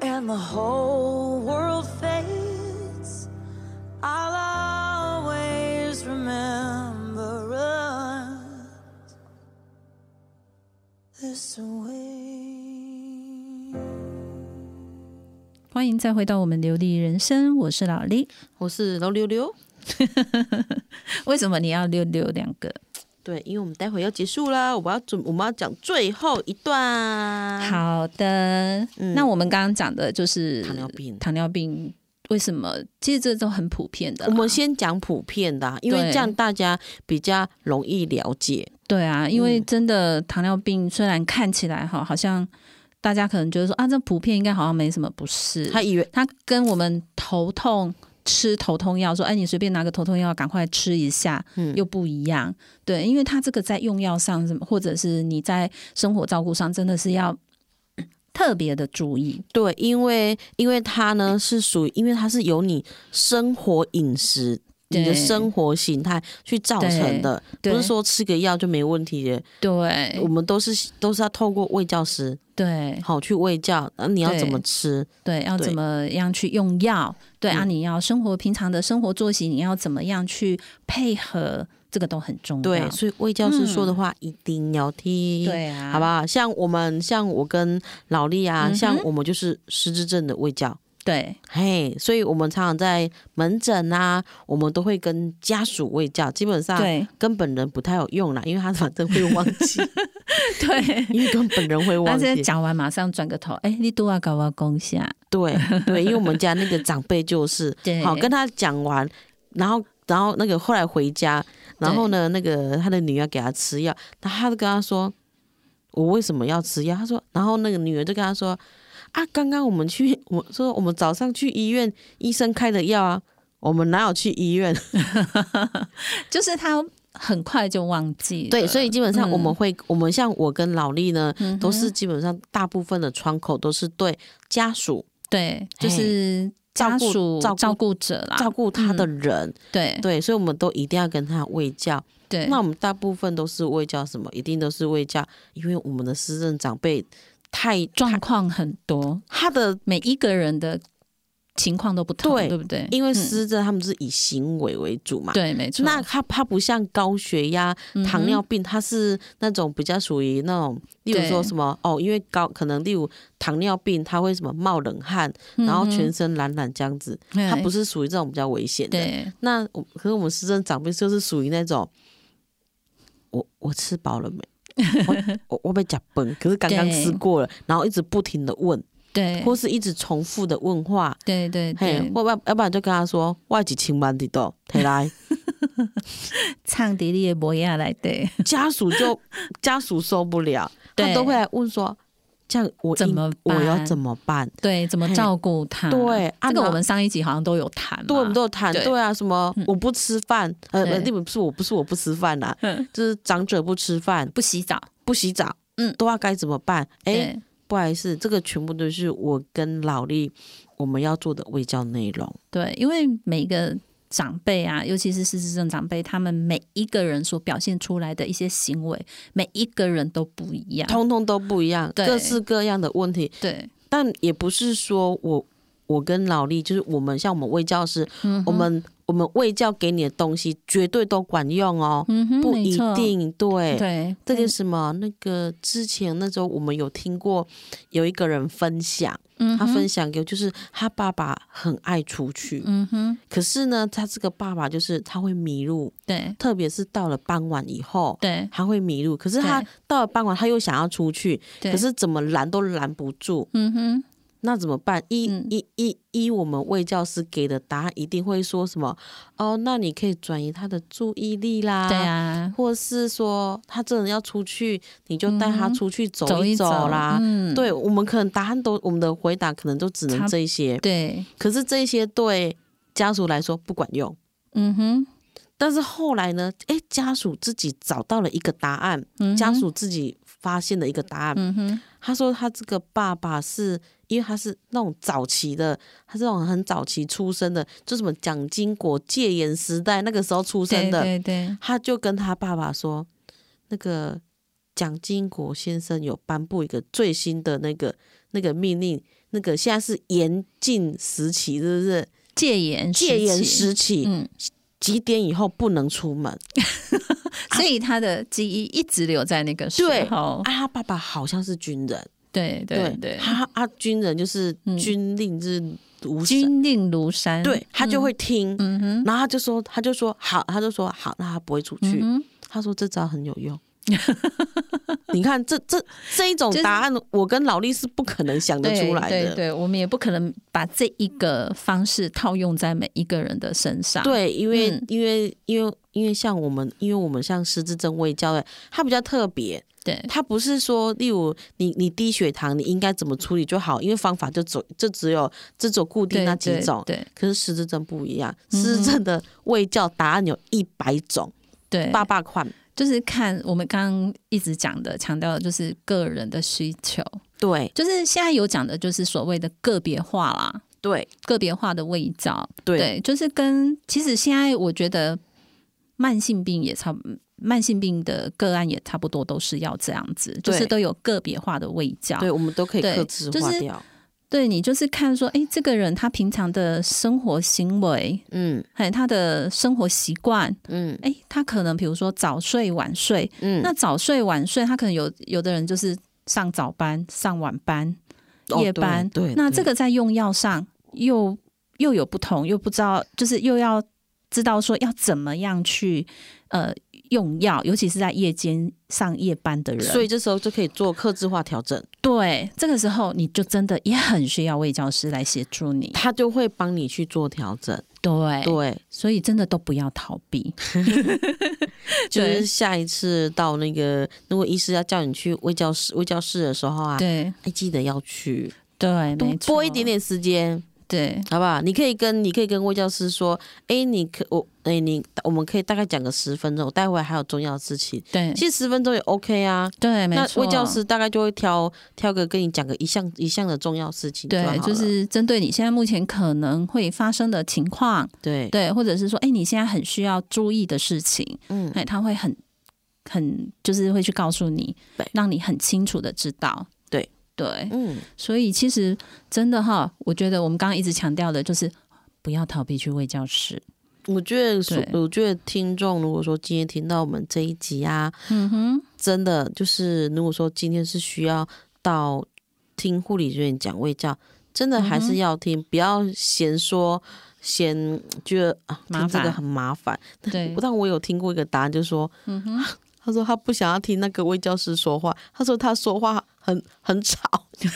Speaker 4: and the whole world fades, I'll always remember us this way.
Speaker 1: 欢迎再回到我们流利人生，我是老李。
Speaker 2: 我是楼溜溜。
Speaker 1: 为什么你要六六两个？
Speaker 2: 对，因为我们待会要结束啦，我们要准，我们要讲最后一段。，
Speaker 1: 好的，
Speaker 2: 啊嗯
Speaker 1: 那我们刚刚讲的就是
Speaker 2: 糖尿病
Speaker 1: 糖尿病为什么？其实这都很普遍的啦。
Speaker 2: 我们先讲普遍的啊、因为
Speaker 1: 对
Speaker 2: 这样大家比较容易了解。
Speaker 1: 对啊，因为
Speaker 2: 嗯
Speaker 1: 真的糖尿病虽然看起来哈，好像大家可能觉得说啊，这普遍应该好像没什么，不是？
Speaker 2: 他以为
Speaker 1: 它跟我们头痛吃头痛药说，哎，你随便拿个头痛药，赶快吃一下，
Speaker 2: 嗯
Speaker 1: 又不一样。对，因为它这个在用药上，什么或者是你在生活照顾上，真的是要 嗯特别的注意。
Speaker 2: 对，因为因为它呢是属于，因为它是由你生活饮食。你的
Speaker 1: 对
Speaker 2: 生活形态去造成的，不
Speaker 1: 对
Speaker 2: 是说吃个药就没问题的。
Speaker 1: 对
Speaker 2: 我们都是都是要透过卫教师
Speaker 1: 对
Speaker 2: 好去卫教，那你要
Speaker 1: 对
Speaker 2: 怎么吃？
Speaker 1: 对，要
Speaker 2: 对
Speaker 1: 怎么样去用药？对啊，
Speaker 2: 嗯
Speaker 1: 你要生活平常的生活作息，你要怎么样去配合？这个都很重要。
Speaker 2: 对，所以卫教师说的话一定要听。
Speaker 1: 嗯对啊，
Speaker 2: 好不？好？像我们，像我跟老丽啊，
Speaker 1: 嗯哼
Speaker 2: 像我们就是失智症的卫教，
Speaker 1: 对
Speaker 2: 嘿，所以我们常常在门诊啊，我们都会跟家属卫教，基本上
Speaker 1: 对
Speaker 2: 跟本人不太有用啦，因为他反正会忘 记，
Speaker 1: 对。
Speaker 2: 因为跟本人会
Speaker 1: 但
Speaker 2: 忘
Speaker 1: 是
Speaker 2: 记。
Speaker 1: 讲完马上转个头，哎、你都要搞我公下，
Speaker 2: 对对，因为我们家那个长辈就是，
Speaker 1: 对
Speaker 2: 好跟他讲完，然后然后那个后来回家，然后呢，那个他的女儿给他吃药，然后他就跟他说：“我为什么要吃药？”他说，然后那个女儿就跟他说：“啊，刚刚我们去，我说我们早上去医院，医生开的药啊，我们哪有去医院？
Speaker 1: 就是他很快就忘记了。
Speaker 2: 对，所以基本上
Speaker 1: 嗯
Speaker 2: 我们会，我们像我跟老丽呢，
Speaker 1: 嗯哼
Speaker 2: 都是基本上大部分的窗口都是对家属
Speaker 1: 对，就是家属
Speaker 2: 照顾照顾
Speaker 1: 照顾者啦，
Speaker 2: 照顾他的人，
Speaker 1: 啊嗯对
Speaker 2: 对，所以我们都一定要跟他喂教。
Speaker 1: 对，
Speaker 2: 那我们大部分都是喂教什么？一定都是喂教，因为我们的私政长辈太
Speaker 1: 状
Speaker 2: 他
Speaker 1: 况很多，
Speaker 2: 他的，
Speaker 1: 每一个人的情况都不同，
Speaker 2: 对
Speaker 1: 对不对？
Speaker 2: 因为
Speaker 1: 嗯
Speaker 2: 私政他们是以行为为主嘛。
Speaker 1: 对，没错。
Speaker 2: 那他他不像高血压、
Speaker 1: 嗯哼
Speaker 2: 糖尿病，他是那种比较属于那种，例如
Speaker 1: 对
Speaker 2: 说什么哦，因为高可能例如糖尿病，他会什么冒冷汗，
Speaker 1: 嗯
Speaker 2: 然后全身懒懒这样子，
Speaker 1: 嗯哼
Speaker 2: 他不
Speaker 1: 哎
Speaker 2: 是属于这种比较危险的。
Speaker 1: 对
Speaker 2: 那我可是我们市政长辈就是属于那种，我我吃饱了没？ 我我我被夹崩，可是刚刚
Speaker 1: 对
Speaker 2: 吃过了，然后一直不停的问，
Speaker 1: 对
Speaker 2: 或是一直重复的问话，
Speaker 1: 对对
Speaker 2: 嘿
Speaker 1: 对，
Speaker 2: 或要要不然就跟他说，我几千万的都提来，
Speaker 1: 唱迪丽的博亚来 对，
Speaker 2: 家属就家属受不了，他
Speaker 1: 对
Speaker 2: 都会来问说，这样我
Speaker 1: 怎
Speaker 2: 应
Speaker 1: 么
Speaker 2: 我要
Speaker 1: 办嗯
Speaker 2: 怎么办？
Speaker 1: 对，怎么照顾他？
Speaker 2: 对啊
Speaker 1: 这个
Speaker 2: 那
Speaker 1: 我们上一集好像都有谈嘛，
Speaker 2: 对，我们都有谈，
Speaker 1: 对
Speaker 2: 对啊，什么
Speaker 1: 嗯
Speaker 2: 我不吃饭，呃，
Speaker 1: 对
Speaker 2: 呃那本不是我不是我不吃饭 啦，
Speaker 1: 嗯
Speaker 2: 就是长者不吃饭，
Speaker 1: 不洗澡。
Speaker 2: 不洗澡，
Speaker 1: 嗯
Speaker 2: 都要该怎么办？哎，
Speaker 1: 对
Speaker 2: 不好意思，这个全部都是我跟老力我们要做的卫教内容。
Speaker 1: 对，因为每个长辈啊，尤其是失智症长辈，他们每一个人所表现出来的一些行为，每一个人都不一样。
Speaker 2: 通通都不一样，
Speaker 1: 啊对
Speaker 2: 各式各样的问题。
Speaker 1: 对，
Speaker 2: 但也不是说我我跟老力，就是我们像我们卫教师，
Speaker 1: 嗯
Speaker 2: 我们我们卫教给你的东西绝对都管用哦，
Speaker 1: 嗯哼，
Speaker 2: 不
Speaker 1: 没
Speaker 2: 一
Speaker 1: 错。
Speaker 2: 定对。
Speaker 1: 对，
Speaker 2: 这个什么？那个之前那时候我们有听过有一个人分享，
Speaker 1: 嗯
Speaker 2: 他
Speaker 1: 哼
Speaker 2: 分享给我，就是他爸爸很爱出去，
Speaker 1: 嗯哼，
Speaker 2: 可是呢，他这个爸爸就是他会迷路，
Speaker 1: 对
Speaker 2: 特别是到了傍晚以后，
Speaker 1: 对
Speaker 2: 他会迷路。可是他
Speaker 1: 对
Speaker 2: 到了傍晚，他又想要出去，
Speaker 1: 对，
Speaker 2: 可是怎么拦都拦不住，
Speaker 1: 嗯哼，
Speaker 2: 那怎么办？一
Speaker 1: 嗯
Speaker 2: 一一一，我们卫教师给的答案一定会说什么？哦，那你可以转移他的注意力啦，
Speaker 1: 对，啊，
Speaker 2: 或是说他真的要出去，你就带他
Speaker 1: 嗯哼
Speaker 2: 出去走
Speaker 1: 走
Speaker 2: 一
Speaker 1: 走
Speaker 2: 啦。
Speaker 1: 嗯，
Speaker 2: 对我们可能答案都，我们的回答可能都只能
Speaker 1: 差
Speaker 2: 这一些，
Speaker 1: 对，
Speaker 2: 可是这一些对家属来说不管用。
Speaker 1: 嗯哼，
Speaker 2: 但是后来呢？诶，家属自己找到了一个答案，
Speaker 1: 嗯哼
Speaker 2: 家属自己发现了一个答案，
Speaker 1: 嗯哼，
Speaker 2: 他说他这个爸爸是因为他是那种早期的，他是那种很早期出生的，就什么蒋经国戒严时代那个时候出生
Speaker 1: 对
Speaker 2: 的，
Speaker 1: 对对，
Speaker 2: 他就跟他爸爸说，那个蒋经国先生有颁布一个最新的那个那个命令，那个现在是严禁时期，是不是？
Speaker 1: 戒严
Speaker 2: 戒严
Speaker 1: 期
Speaker 2: 时期、
Speaker 1: 嗯，
Speaker 2: 几点以后不能出门？啊
Speaker 1: 所以他的记忆一直留在那个时
Speaker 2: 对
Speaker 1: 候
Speaker 2: 啊，，他爸爸好像是军人，
Speaker 1: 哦对对对，
Speaker 2: 他啊，军人就是
Speaker 1: 嗯
Speaker 2: 军令是无神
Speaker 1: 军令如山，
Speaker 2: 对他就会听，
Speaker 1: 嗯哼，
Speaker 2: 然后他就说，他就说好，他就说好，那他不会出去。
Speaker 1: 嗯
Speaker 2: 他说这招很有 用。你看，这这这一种
Speaker 1: 就是
Speaker 2: 答案，我跟老力是不可能想
Speaker 1: 哼，
Speaker 2: 得
Speaker 1: 对
Speaker 2: 出来
Speaker 1: 对
Speaker 2: 的。
Speaker 1: 对，我们也不可能把这一个方式套用在每一个人的身上，
Speaker 2: 对因为、
Speaker 1: 嗯
Speaker 2: 因为因为因为像我们，因为我们像失智症卫教的，它比较特别，
Speaker 1: 对
Speaker 2: 它不是说，例如你你低血糖，你应该怎么处理就好，因为方法就走就只有这种固定
Speaker 1: 对
Speaker 2: 那几
Speaker 1: 对
Speaker 2: 种。
Speaker 1: 对
Speaker 2: 可是失智症不一样，
Speaker 1: 嗯哼
Speaker 2: 失智症的卫教答案有一百种，
Speaker 1: 对，
Speaker 2: 爸爸款。
Speaker 1: 就是看我们刚刚一直讲的，强调的就是个人的需求，
Speaker 2: 对
Speaker 1: 就是现在有讲的，就是所谓的个别化啦，
Speaker 2: 对
Speaker 1: 个别化的味道，
Speaker 2: 对
Speaker 1: 就是跟其实现在我觉得慢性病也差不，慢性病的个案也差不多都是要这样子，就是都有个别化的味觉。
Speaker 2: 对，我们都可以
Speaker 1: 对
Speaker 2: 克制
Speaker 1: 就
Speaker 2: 化
Speaker 1: 是
Speaker 2: 掉。
Speaker 1: 对你就是看说，哎，这个人他平常的生活行为，
Speaker 2: 嗯
Speaker 1: 哎，他的生活习惯，
Speaker 2: 嗯
Speaker 1: 哎，他可能比如说早睡晚睡，
Speaker 2: 嗯，
Speaker 1: 那早睡晚睡，他可能有有的人就是上早班、上晚班、
Speaker 2: 哦
Speaker 1: 夜班，
Speaker 2: 对，对
Speaker 1: 那这
Speaker 2: 对
Speaker 1: 个在用药上又又有不同，又不知道，就是又要知道说要怎么样去呃用药，尤其是在夜间上夜班的人，
Speaker 2: 所以这时候就可以做克制化调整，
Speaker 1: 对这个时候你就真的也很需要卫教师来协助你，
Speaker 2: 他就会帮你去做调整。
Speaker 1: 对，
Speaker 2: 对，
Speaker 1: 所以真的都不要逃避，
Speaker 2: 就是下一次到那个，如果医师要叫你去卫教室、卫教室的时候啊，
Speaker 1: 对
Speaker 2: 哎，记得要去
Speaker 1: 对，
Speaker 2: 多
Speaker 1: 没错，
Speaker 2: 拨一点，点时间，
Speaker 1: 对
Speaker 2: 好不好？你可以跟你可以跟卫教师说，哎，你可我哎你我们可以大概讲个十分钟，我待会还有重要的事情。
Speaker 1: 对
Speaker 2: 其实十分钟也 OK 啊，
Speaker 1: 对，没
Speaker 2: 那
Speaker 1: 错，
Speaker 2: 卫教师大概就会挑挑个跟你讲个一项一项的重要事情好
Speaker 1: 对，
Speaker 2: 了，
Speaker 1: 就是针对你现在目前可能会发生的情况，
Speaker 2: 对，
Speaker 1: 对，或者是说，哎，你现在很需要注意的事情，
Speaker 2: 嗯，
Speaker 1: 哎，他会很很就是会去告诉你
Speaker 2: 对，
Speaker 1: 让你很清楚的知道，
Speaker 2: 对
Speaker 1: 对，
Speaker 2: 嗯，
Speaker 1: 所以其实真的哈，我觉得我们刚刚一直强调的就是不要逃避去卫教室，
Speaker 2: 我觉得所，
Speaker 1: 对
Speaker 2: 我觉得听众如果说今天听到我们这一集啊，
Speaker 1: 嗯 哼，
Speaker 2: 真的就是如果说今天是需要到听护理人员讲卫教，真的
Speaker 1: 嗯
Speaker 2: 还是要听，不要嫌说嫌觉得啊，
Speaker 1: 麻
Speaker 2: 听这个
Speaker 1: 烦
Speaker 2: 很麻烦。
Speaker 1: 对
Speaker 2: 但我有听过一个答案，就是说，
Speaker 1: 嗯嗯哼，
Speaker 2: 他说他不想要听那个魏教师说话，他说他说话很很吵。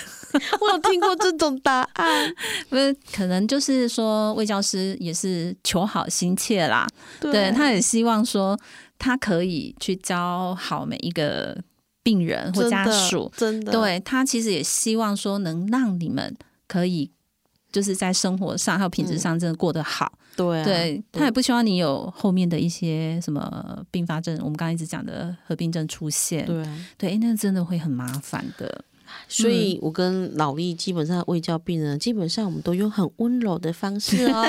Speaker 2: 我有听过这种答案，
Speaker 1: 不是，可能就是说魏教师也是求好心切啦，
Speaker 2: 对
Speaker 1: 对，他也希望说他可以去教好每一个病人或
Speaker 2: 真
Speaker 1: 家
Speaker 2: 的
Speaker 1: 属，
Speaker 2: 真的
Speaker 1: 对他其实也希望说能让你们可以。就是在生活上还有品质上，真的过得好。
Speaker 2: 嗯对啊
Speaker 1: 对他
Speaker 2: 对
Speaker 1: 也不希望你有后面的一些什么并发症，我们刚刚一直讲的合并症出现。
Speaker 2: 对啊，
Speaker 1: 对，那真的会很麻烦的。
Speaker 2: 所
Speaker 1: 嗯
Speaker 2: 以我跟老力基本上卫教病人，基本上我们都用很温柔的方式 哦。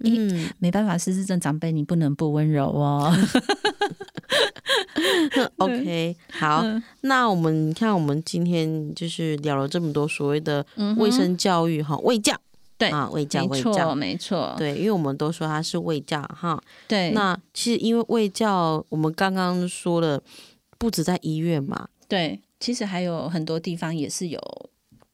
Speaker 2: 嗯，
Speaker 1: 没办法，失智症长辈你不能不温柔哦。嗯
Speaker 2: OK，好，那我们看，我们今天就是聊了这么多所谓的卫生教育哈，卫、教，
Speaker 1: 嗯对
Speaker 2: 啊，卫教，
Speaker 1: 没
Speaker 2: 卫
Speaker 1: 错，
Speaker 2: 教，
Speaker 1: 没错，
Speaker 2: 对，因为我们都说它是卫教哈。
Speaker 1: 对，
Speaker 2: 那其实因为卫教，我们刚刚说了，不止在医院嘛，
Speaker 1: 对，其实还有很多地方也是有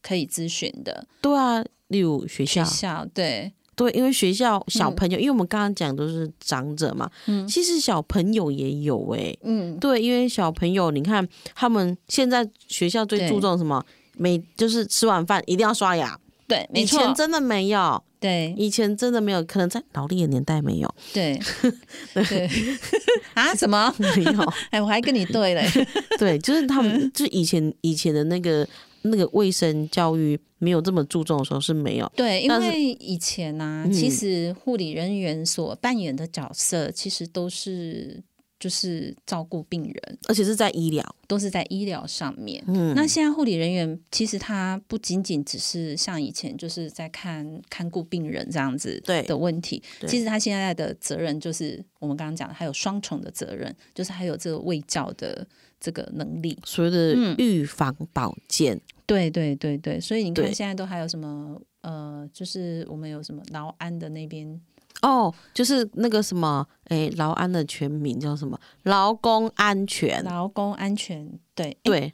Speaker 1: 可以咨询的
Speaker 2: 对啊，例如学校，
Speaker 1: 校，对，
Speaker 2: 对，因为学校小朋友，因为我们刚刚讲都是长者嘛，
Speaker 1: 嗯
Speaker 2: 其实小朋友也有诶、
Speaker 1: 嗯，
Speaker 2: 对，因为小朋友，你看他们现在学校最
Speaker 1: 对
Speaker 2: 注重什么？每就是吃完饭一定要刷牙。
Speaker 1: 对，没
Speaker 2: 以
Speaker 1: 错，
Speaker 2: 前真的没有，
Speaker 1: 对
Speaker 2: 以前真的没有，可能在劳力的年代没有，
Speaker 1: 对对啊，什么？
Speaker 2: 没 有。
Speaker 1: 哎，我还跟你对 嘞，
Speaker 2: 对，就是他
Speaker 1: 嗯
Speaker 2: 们，就是以前以前的那个那个卫生教育没有这么注重的时候是没有。
Speaker 1: 对，因
Speaker 2: 但是
Speaker 1: 为以前啊，
Speaker 2: 嗯
Speaker 1: 其实护理人员所扮演的角色，其实都是就是照顾病人，
Speaker 2: 而且是在医疗，
Speaker 1: 都是在医疗上面。
Speaker 2: 嗯，
Speaker 1: 那现在护理人员其实他不仅仅只是像以前就是在看看顾病人这样子
Speaker 2: 对
Speaker 1: 的问题，
Speaker 2: 对
Speaker 1: 其实他现在的责任就是我们刚刚讲的，还有双重的责任，就是还有这个卫教的这个能力。
Speaker 2: 所谓的
Speaker 1: 嗯
Speaker 2: 预防保健，
Speaker 1: 对对对对，所以你看
Speaker 2: 对
Speaker 1: 现在都还有什么呃，就是我们有什么劳安的那边
Speaker 2: 哦，就是那个什么，哎，劳安的全名叫什么？劳工安全。
Speaker 1: 劳工安全，对诶
Speaker 2: 对，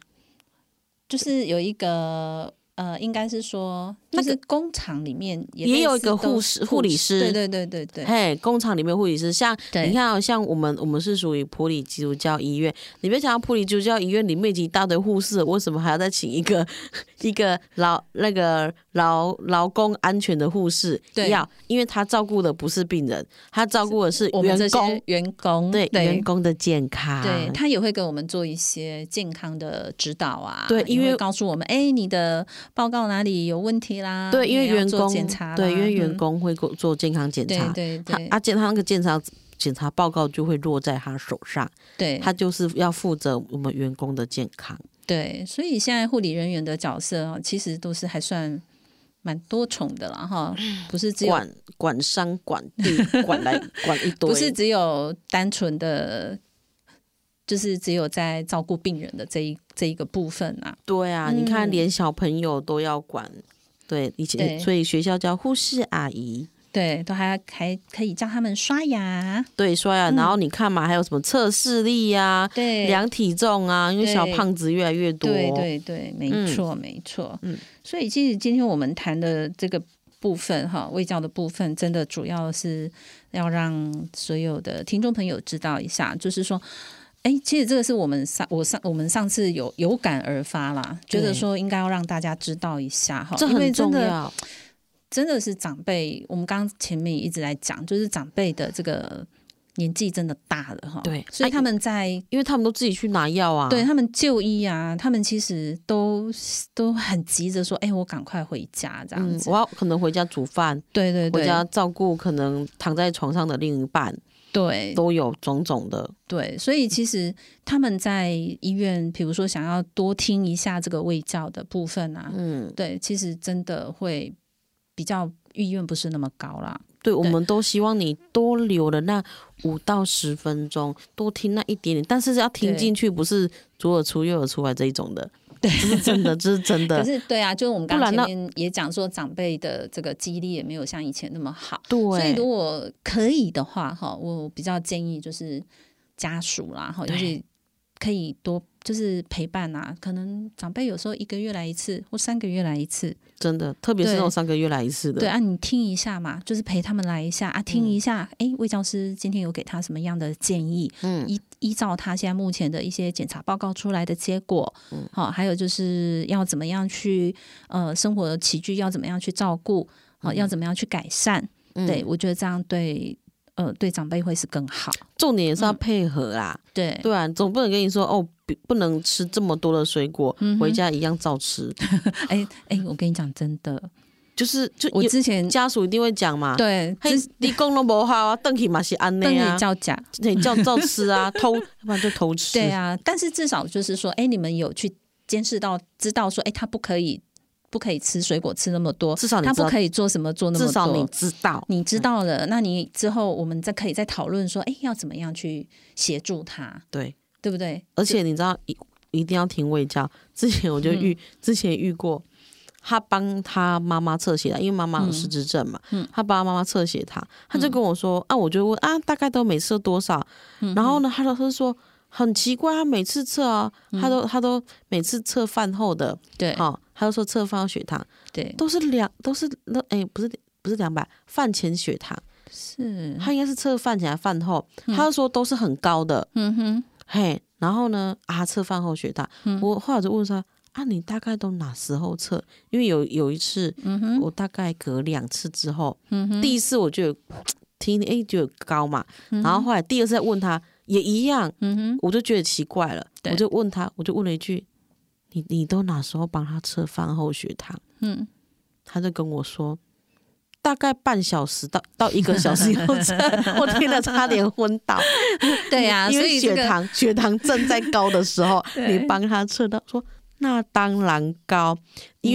Speaker 1: 就是有一个。呃，应该是说，
Speaker 2: 那
Speaker 1: 就
Speaker 2: 个
Speaker 1: 是工厂里面也
Speaker 2: 也
Speaker 1: 类
Speaker 2: 有一
Speaker 1: 似
Speaker 2: 个
Speaker 1: 都
Speaker 2: 护士护理师
Speaker 1: 对对对对对，
Speaker 2: 嘿，工厂里面护理师，像
Speaker 1: 对
Speaker 2: 你看、哦，像我们我们是属于普里基督教医院，你别想到普里基督教医院里面已经一大堆护士了，为什么还要再请一个 一个劳那个劳劳工安全的护士？
Speaker 1: 对
Speaker 2: 要，因为他照顾的不是病人，他照顾的是
Speaker 1: 我们这
Speaker 2: 员
Speaker 1: 些
Speaker 2: 工，
Speaker 1: 员工，
Speaker 2: 对
Speaker 1: 对
Speaker 2: 员工的啊健康，
Speaker 1: 对，他也会给我们做一些健康的指导啊，
Speaker 2: 对
Speaker 1: 也
Speaker 2: 因为
Speaker 1: 会告诉我们，哎，你的报告哪里有问题啦？
Speaker 2: 对因为
Speaker 1: 你要
Speaker 2: 员
Speaker 1: 做
Speaker 2: 工
Speaker 1: 检查啦，
Speaker 2: 对，因为员
Speaker 1: 嗯，
Speaker 2: 工会做做健康检
Speaker 1: 对
Speaker 2: 查，
Speaker 1: 对
Speaker 2: 他
Speaker 1: 对
Speaker 2: 啊健他那个检查检查报告就会落在他手上，
Speaker 1: 对，
Speaker 2: 他就是要负责我们员工的健康。
Speaker 1: 对，所以现在护理人员的角色啊，其实都是还算蛮多重的啦，哈，不是只有
Speaker 2: 管管商管地 管来管一堆，
Speaker 1: 不是只有单纯的。就是只有在照顾病人的这一这一个部分啊，
Speaker 2: 对啊，你看
Speaker 1: 嗯
Speaker 2: 连小朋友都要管，对，以
Speaker 1: 对
Speaker 2: 前所以学校叫护士阿姨，
Speaker 1: 对，都还还可以叫他们刷牙，
Speaker 2: 对，说呀、然后你看嘛，还有什么测视力呀、
Speaker 1: 嗯对，
Speaker 2: 量体重啊，因为
Speaker 1: 对
Speaker 2: 小胖子越来越多，
Speaker 1: 对对对，没
Speaker 2: 嗯
Speaker 1: 错、没错。
Speaker 2: 嗯
Speaker 1: 所以其实今天我们谈的这个部分哈，卫教的部分，真的主要是要让所有的听众朋友知道一下，就是说。哎，其实这个是我们上我上我们上次有有感而发啦，觉得
Speaker 2: 对
Speaker 1: 说应该要让大家知道一下哈，
Speaker 2: 这
Speaker 1: 因为
Speaker 2: 很
Speaker 1: 真
Speaker 2: 重
Speaker 1: 的
Speaker 2: 要，
Speaker 1: 真的是长辈，我们刚刚前面一直在讲，就是长辈的这个年纪真的大了哈，
Speaker 2: 对
Speaker 1: 所以
Speaker 2: 哎
Speaker 1: 他们在
Speaker 2: 因为他们都自己去拿药啊，
Speaker 1: 对他们就医啊，他们其实都都很急着说，哎、我赶快回家这样
Speaker 2: 嗯，
Speaker 1: 子。
Speaker 2: 我要可能回家煮饭，
Speaker 1: 对对
Speaker 2: 回
Speaker 1: 对，
Speaker 2: 家照顾可能躺在床上的另一半，
Speaker 1: 对
Speaker 2: 都有种种的，
Speaker 1: 对，所以其实他们在医院，比如说想要多听一下这个卫教的部分啊，
Speaker 2: 嗯，
Speaker 1: 对，其实真的会比较意愿不是那么高啦。
Speaker 2: 对，我
Speaker 1: 对
Speaker 2: 们都希望你多留了那五到十分钟，多听那一点点，但是要听
Speaker 1: 对
Speaker 2: 进去，不是左耳出右耳出来这一种的，对，这是 真的，这是真
Speaker 1: 可
Speaker 2: 的，
Speaker 1: 是对啊，就是我们刚
Speaker 2: 不
Speaker 1: 刚
Speaker 2: 然那
Speaker 1: 前面也讲说，长辈的这个记忆力也没有像以前那么好。所以
Speaker 2: 对
Speaker 1: 如，果可以的话，哈，我比较建议就是家属啦，哈，就
Speaker 2: 对
Speaker 1: 是可以多就是陪伴啊，可能长辈有时候一个月来一次或三个月来一次，
Speaker 2: 真的，特别是那种
Speaker 1: 对
Speaker 2: 三个月来一次的，
Speaker 1: 对啊，你听一下嘛，就是陪他们来一下啊，听一下，哎、魏教师今天有给他什么样的建议？嗯，依依照他现在目前的一些检查报告出来的结果，嗯，好、还有就是要怎么样去呃生活起居要怎么样去照顾，好、要怎么样去改善？
Speaker 2: 嗯
Speaker 1: 对我觉得这样对呃对长辈会是更好，
Speaker 2: 重点也是要
Speaker 1: 嗯
Speaker 2: 配合啦，
Speaker 1: 对
Speaker 2: 对啊，总不能跟你说哦，不不能吃这么多的水果，
Speaker 1: 嗯哼
Speaker 2: 回家一样照 吃，
Speaker 1: 哎哎，我跟你讲真的，
Speaker 2: 就是就
Speaker 1: 我
Speaker 2: 有
Speaker 1: 之前
Speaker 2: 家属一定会讲嘛，
Speaker 1: 对
Speaker 2: 嘿
Speaker 1: 之，
Speaker 2: 你讲都无好啊，邓去嘛是安
Speaker 1: 等
Speaker 2: 内啊
Speaker 1: 你，叫假，
Speaker 2: 你叫照 吃啊，偷，要不然就偷吃，
Speaker 1: 对，啊，但是至少就是说，哎，你们有去监视到，知道说，哎，他不可以，不可以吃水果吃那么多，
Speaker 2: 至少你
Speaker 1: 他
Speaker 2: 知
Speaker 1: 不
Speaker 2: 道
Speaker 1: 可以做什么做那么多，
Speaker 2: 至少你嗯知道，
Speaker 1: 你知道了，那你之后我们再可以再讨论说，哎，要怎么样去协助他，
Speaker 2: 对，
Speaker 1: 对不对？
Speaker 2: 而且你知道一一定要听喂教，之前我就遇、
Speaker 1: 嗯
Speaker 2: 之前遇过。他帮他妈妈测血糖，因为妈妈
Speaker 1: 嗯
Speaker 2: 有失智症嘛，他帮他妈妈测血糖，他就跟我说、啊，我就问啊，大概都每次都多少？
Speaker 1: 嗯
Speaker 2: 然后呢，他老师说很奇怪，他每次测啊，他都他都每次测饭后的，
Speaker 1: 嗯对
Speaker 2: 好、他就说测饭后血糖
Speaker 1: 对，
Speaker 2: 都是两都是那哎、不是不是两百，饭前血糖，
Speaker 1: 是，
Speaker 2: 他应该是测饭前还是饭后，他就说都是很高的，
Speaker 1: 嗯哼，嗯
Speaker 2: 嘿，然后呢，啊，测饭后血糖，我后来我就问他，啊，你大概都哪时候测？因为有有一次，
Speaker 1: 嗯
Speaker 2: 我大概隔两次之后，第一次我就有听，哎，就有高嘛，然后后来第二次再问他也一样，
Speaker 1: 嗯哼，
Speaker 2: 我就觉得奇怪了，
Speaker 1: 对
Speaker 2: 我就问他，我就问了一句，你你都哪时候帮他测饭后血糖？
Speaker 1: 嗯，
Speaker 2: 他就跟我说。大概半小时到到一个小时以后 测，我听了差点昏倒。
Speaker 1: 对呀、
Speaker 2: 因
Speaker 1: 所
Speaker 2: 为
Speaker 1: 以这
Speaker 2: 血
Speaker 1: 个，
Speaker 2: 糖、血糖正在高的时候
Speaker 1: 对
Speaker 2: 你帮他测到说。那当然高，因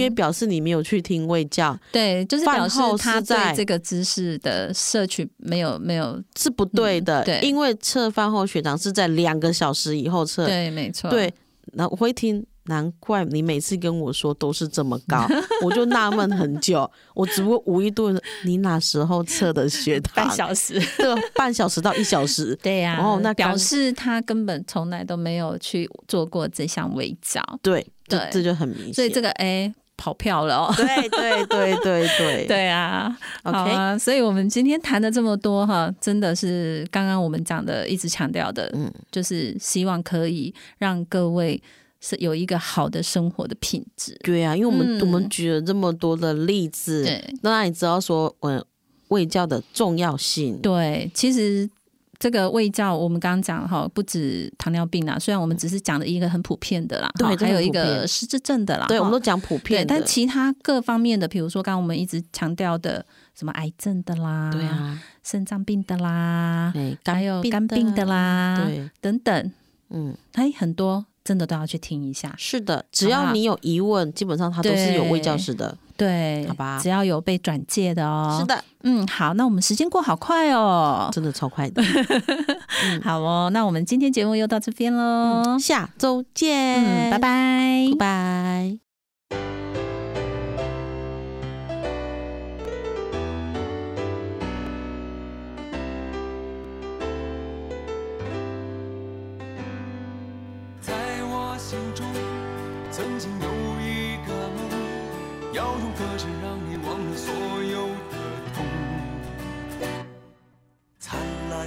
Speaker 1: 嗯
Speaker 2: 为表示你没有去听卫教、
Speaker 1: 对，就是
Speaker 2: 饭
Speaker 1: 表示
Speaker 2: 后
Speaker 1: 他
Speaker 2: 是
Speaker 1: 对
Speaker 2: 在
Speaker 1: 这个知识的摄取没有没有，
Speaker 2: 是不对的，
Speaker 1: 嗯对
Speaker 2: 因为测饭后血糖是在两个小时以后测。
Speaker 1: 对，没错，
Speaker 2: 对，那我会听，难怪你每次跟我说都是这么 高，我就纳闷很久。我只不过无意对你哪时候测的血糖？
Speaker 1: 半小时。
Speaker 2: 对，半小时到一小时。
Speaker 1: 对呀、
Speaker 2: 哦那
Speaker 1: 表
Speaker 2: 刚
Speaker 1: 示他根本从来都没有去做过这项围剿，
Speaker 2: 对，这
Speaker 1: 对
Speaker 2: 这就很明显。
Speaker 1: 所以这个 A 跑票了哦。
Speaker 2: 对对对对对
Speaker 1: 对啊
Speaker 2: OK
Speaker 1: 好啊，所以我们今天谈的这么多哈，真的是刚刚我们讲的，一直强调的，
Speaker 2: 嗯
Speaker 1: 就是希望可以让各位是有一个好的生活的品质。
Speaker 2: 对啊，因为我们、
Speaker 1: 嗯
Speaker 2: 我们举了这么多的例子，
Speaker 1: 对
Speaker 2: 那让你知道说，嗯，卫教的重要性。
Speaker 1: 对，其实这个胃教我们刚刚讲哈，不止糖尿病啊啦，虽然我们只是讲了一个很普遍的啦，
Speaker 2: 对
Speaker 1: 哈
Speaker 2: 这
Speaker 1: 还有
Speaker 2: 很
Speaker 1: 一
Speaker 2: 普遍
Speaker 1: 个失智症的啦，
Speaker 2: 对，
Speaker 1: 哈
Speaker 2: 我们都讲普遍
Speaker 1: 对，但
Speaker 2: 的
Speaker 1: 其他各方面的，比如说刚刚我们一直强调的什么癌症的啦，
Speaker 2: 对，啊，
Speaker 1: 肾脏病的啦，
Speaker 2: 哎，
Speaker 1: 啊还有肝病的啦，
Speaker 2: 对，
Speaker 1: 等等，
Speaker 2: 嗯，
Speaker 1: 哎，很多真的都要去听一下。
Speaker 2: 是的，只要你有疑问，基本上它都是有卫教师的。
Speaker 1: 啊对，
Speaker 2: 好吧
Speaker 1: 只要有被转介的哦。
Speaker 2: 是，的，
Speaker 1: 嗯，好，那我们时间过好快哦。
Speaker 2: 真的超快的。嗯
Speaker 1: 好哦，那我们今天节目又到这边喽。
Speaker 2: 下周见，
Speaker 1: 嗯，拜，拜。
Speaker 2: 拜。
Speaker 6: 在我心中，曾经有一个梦，要用歌声让你忘了所有的痛。灿烂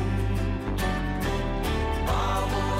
Speaker 6: 把握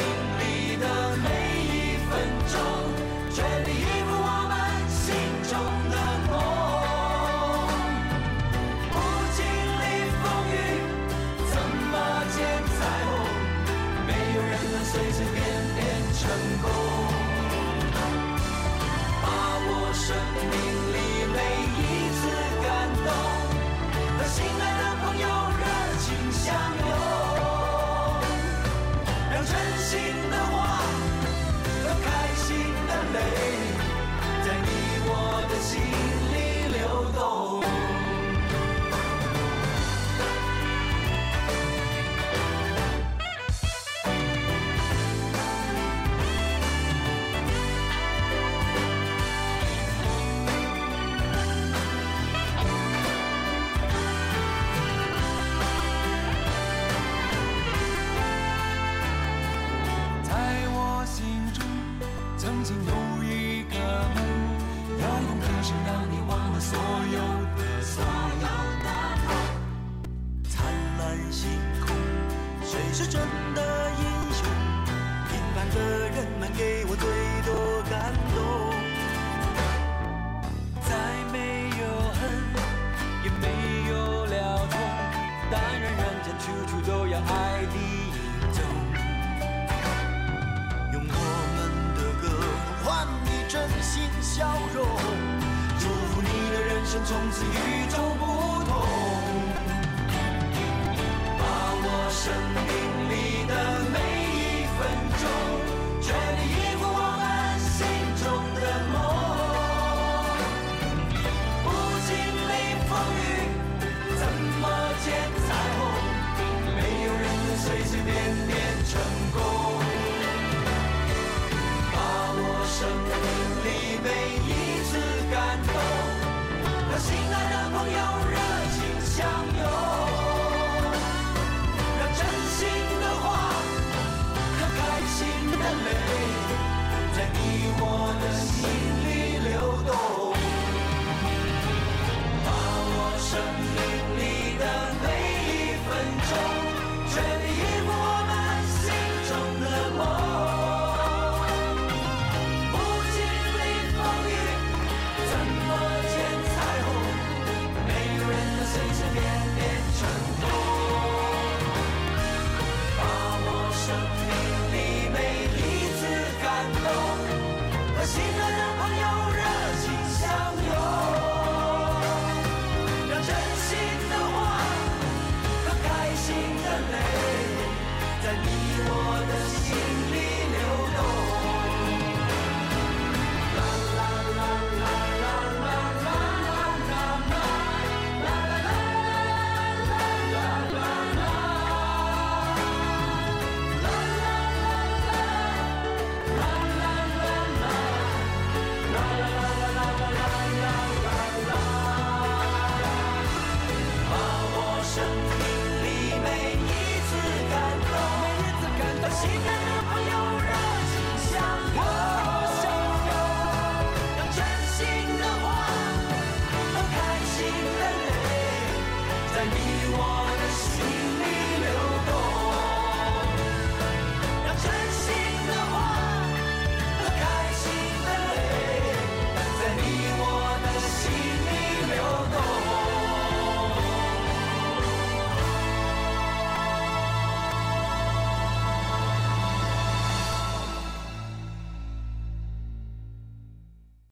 Speaker 6: 里的每一分钟，全力以赴我们心中的梦。不经历风雨，怎么见彩虹？没有人能随随便便成功。把握生命里每一次感动，和心爱的朋友热情相
Speaker 4: 真的英雄。平凡的人们给我最多感动，再没有恨，也没有了痛。但愿人间处处都有爱的影踪。用我们的歌换你真心笑容，祝福你的人生从此与众不同。把握生命里的每一分钟，全力以赴我们心中的梦。不经历风雨，怎么见彩虹？没有人能随随便便成功。把握生命里每一次感动，和心爱的朋友热情相拥，让真心的话和开心的泪，在你我的心里流动。把握生命里的每一分钟，全力以赴我们心中的梦。不经历风雨，怎么见彩虹？没有人能随随便便成功。把握生命里每一次感动，和心爱的朋友热情相拥，让真心的话和开心的泪，在你我的心里流动。把握生命里每一次感动，每一次感动，心爱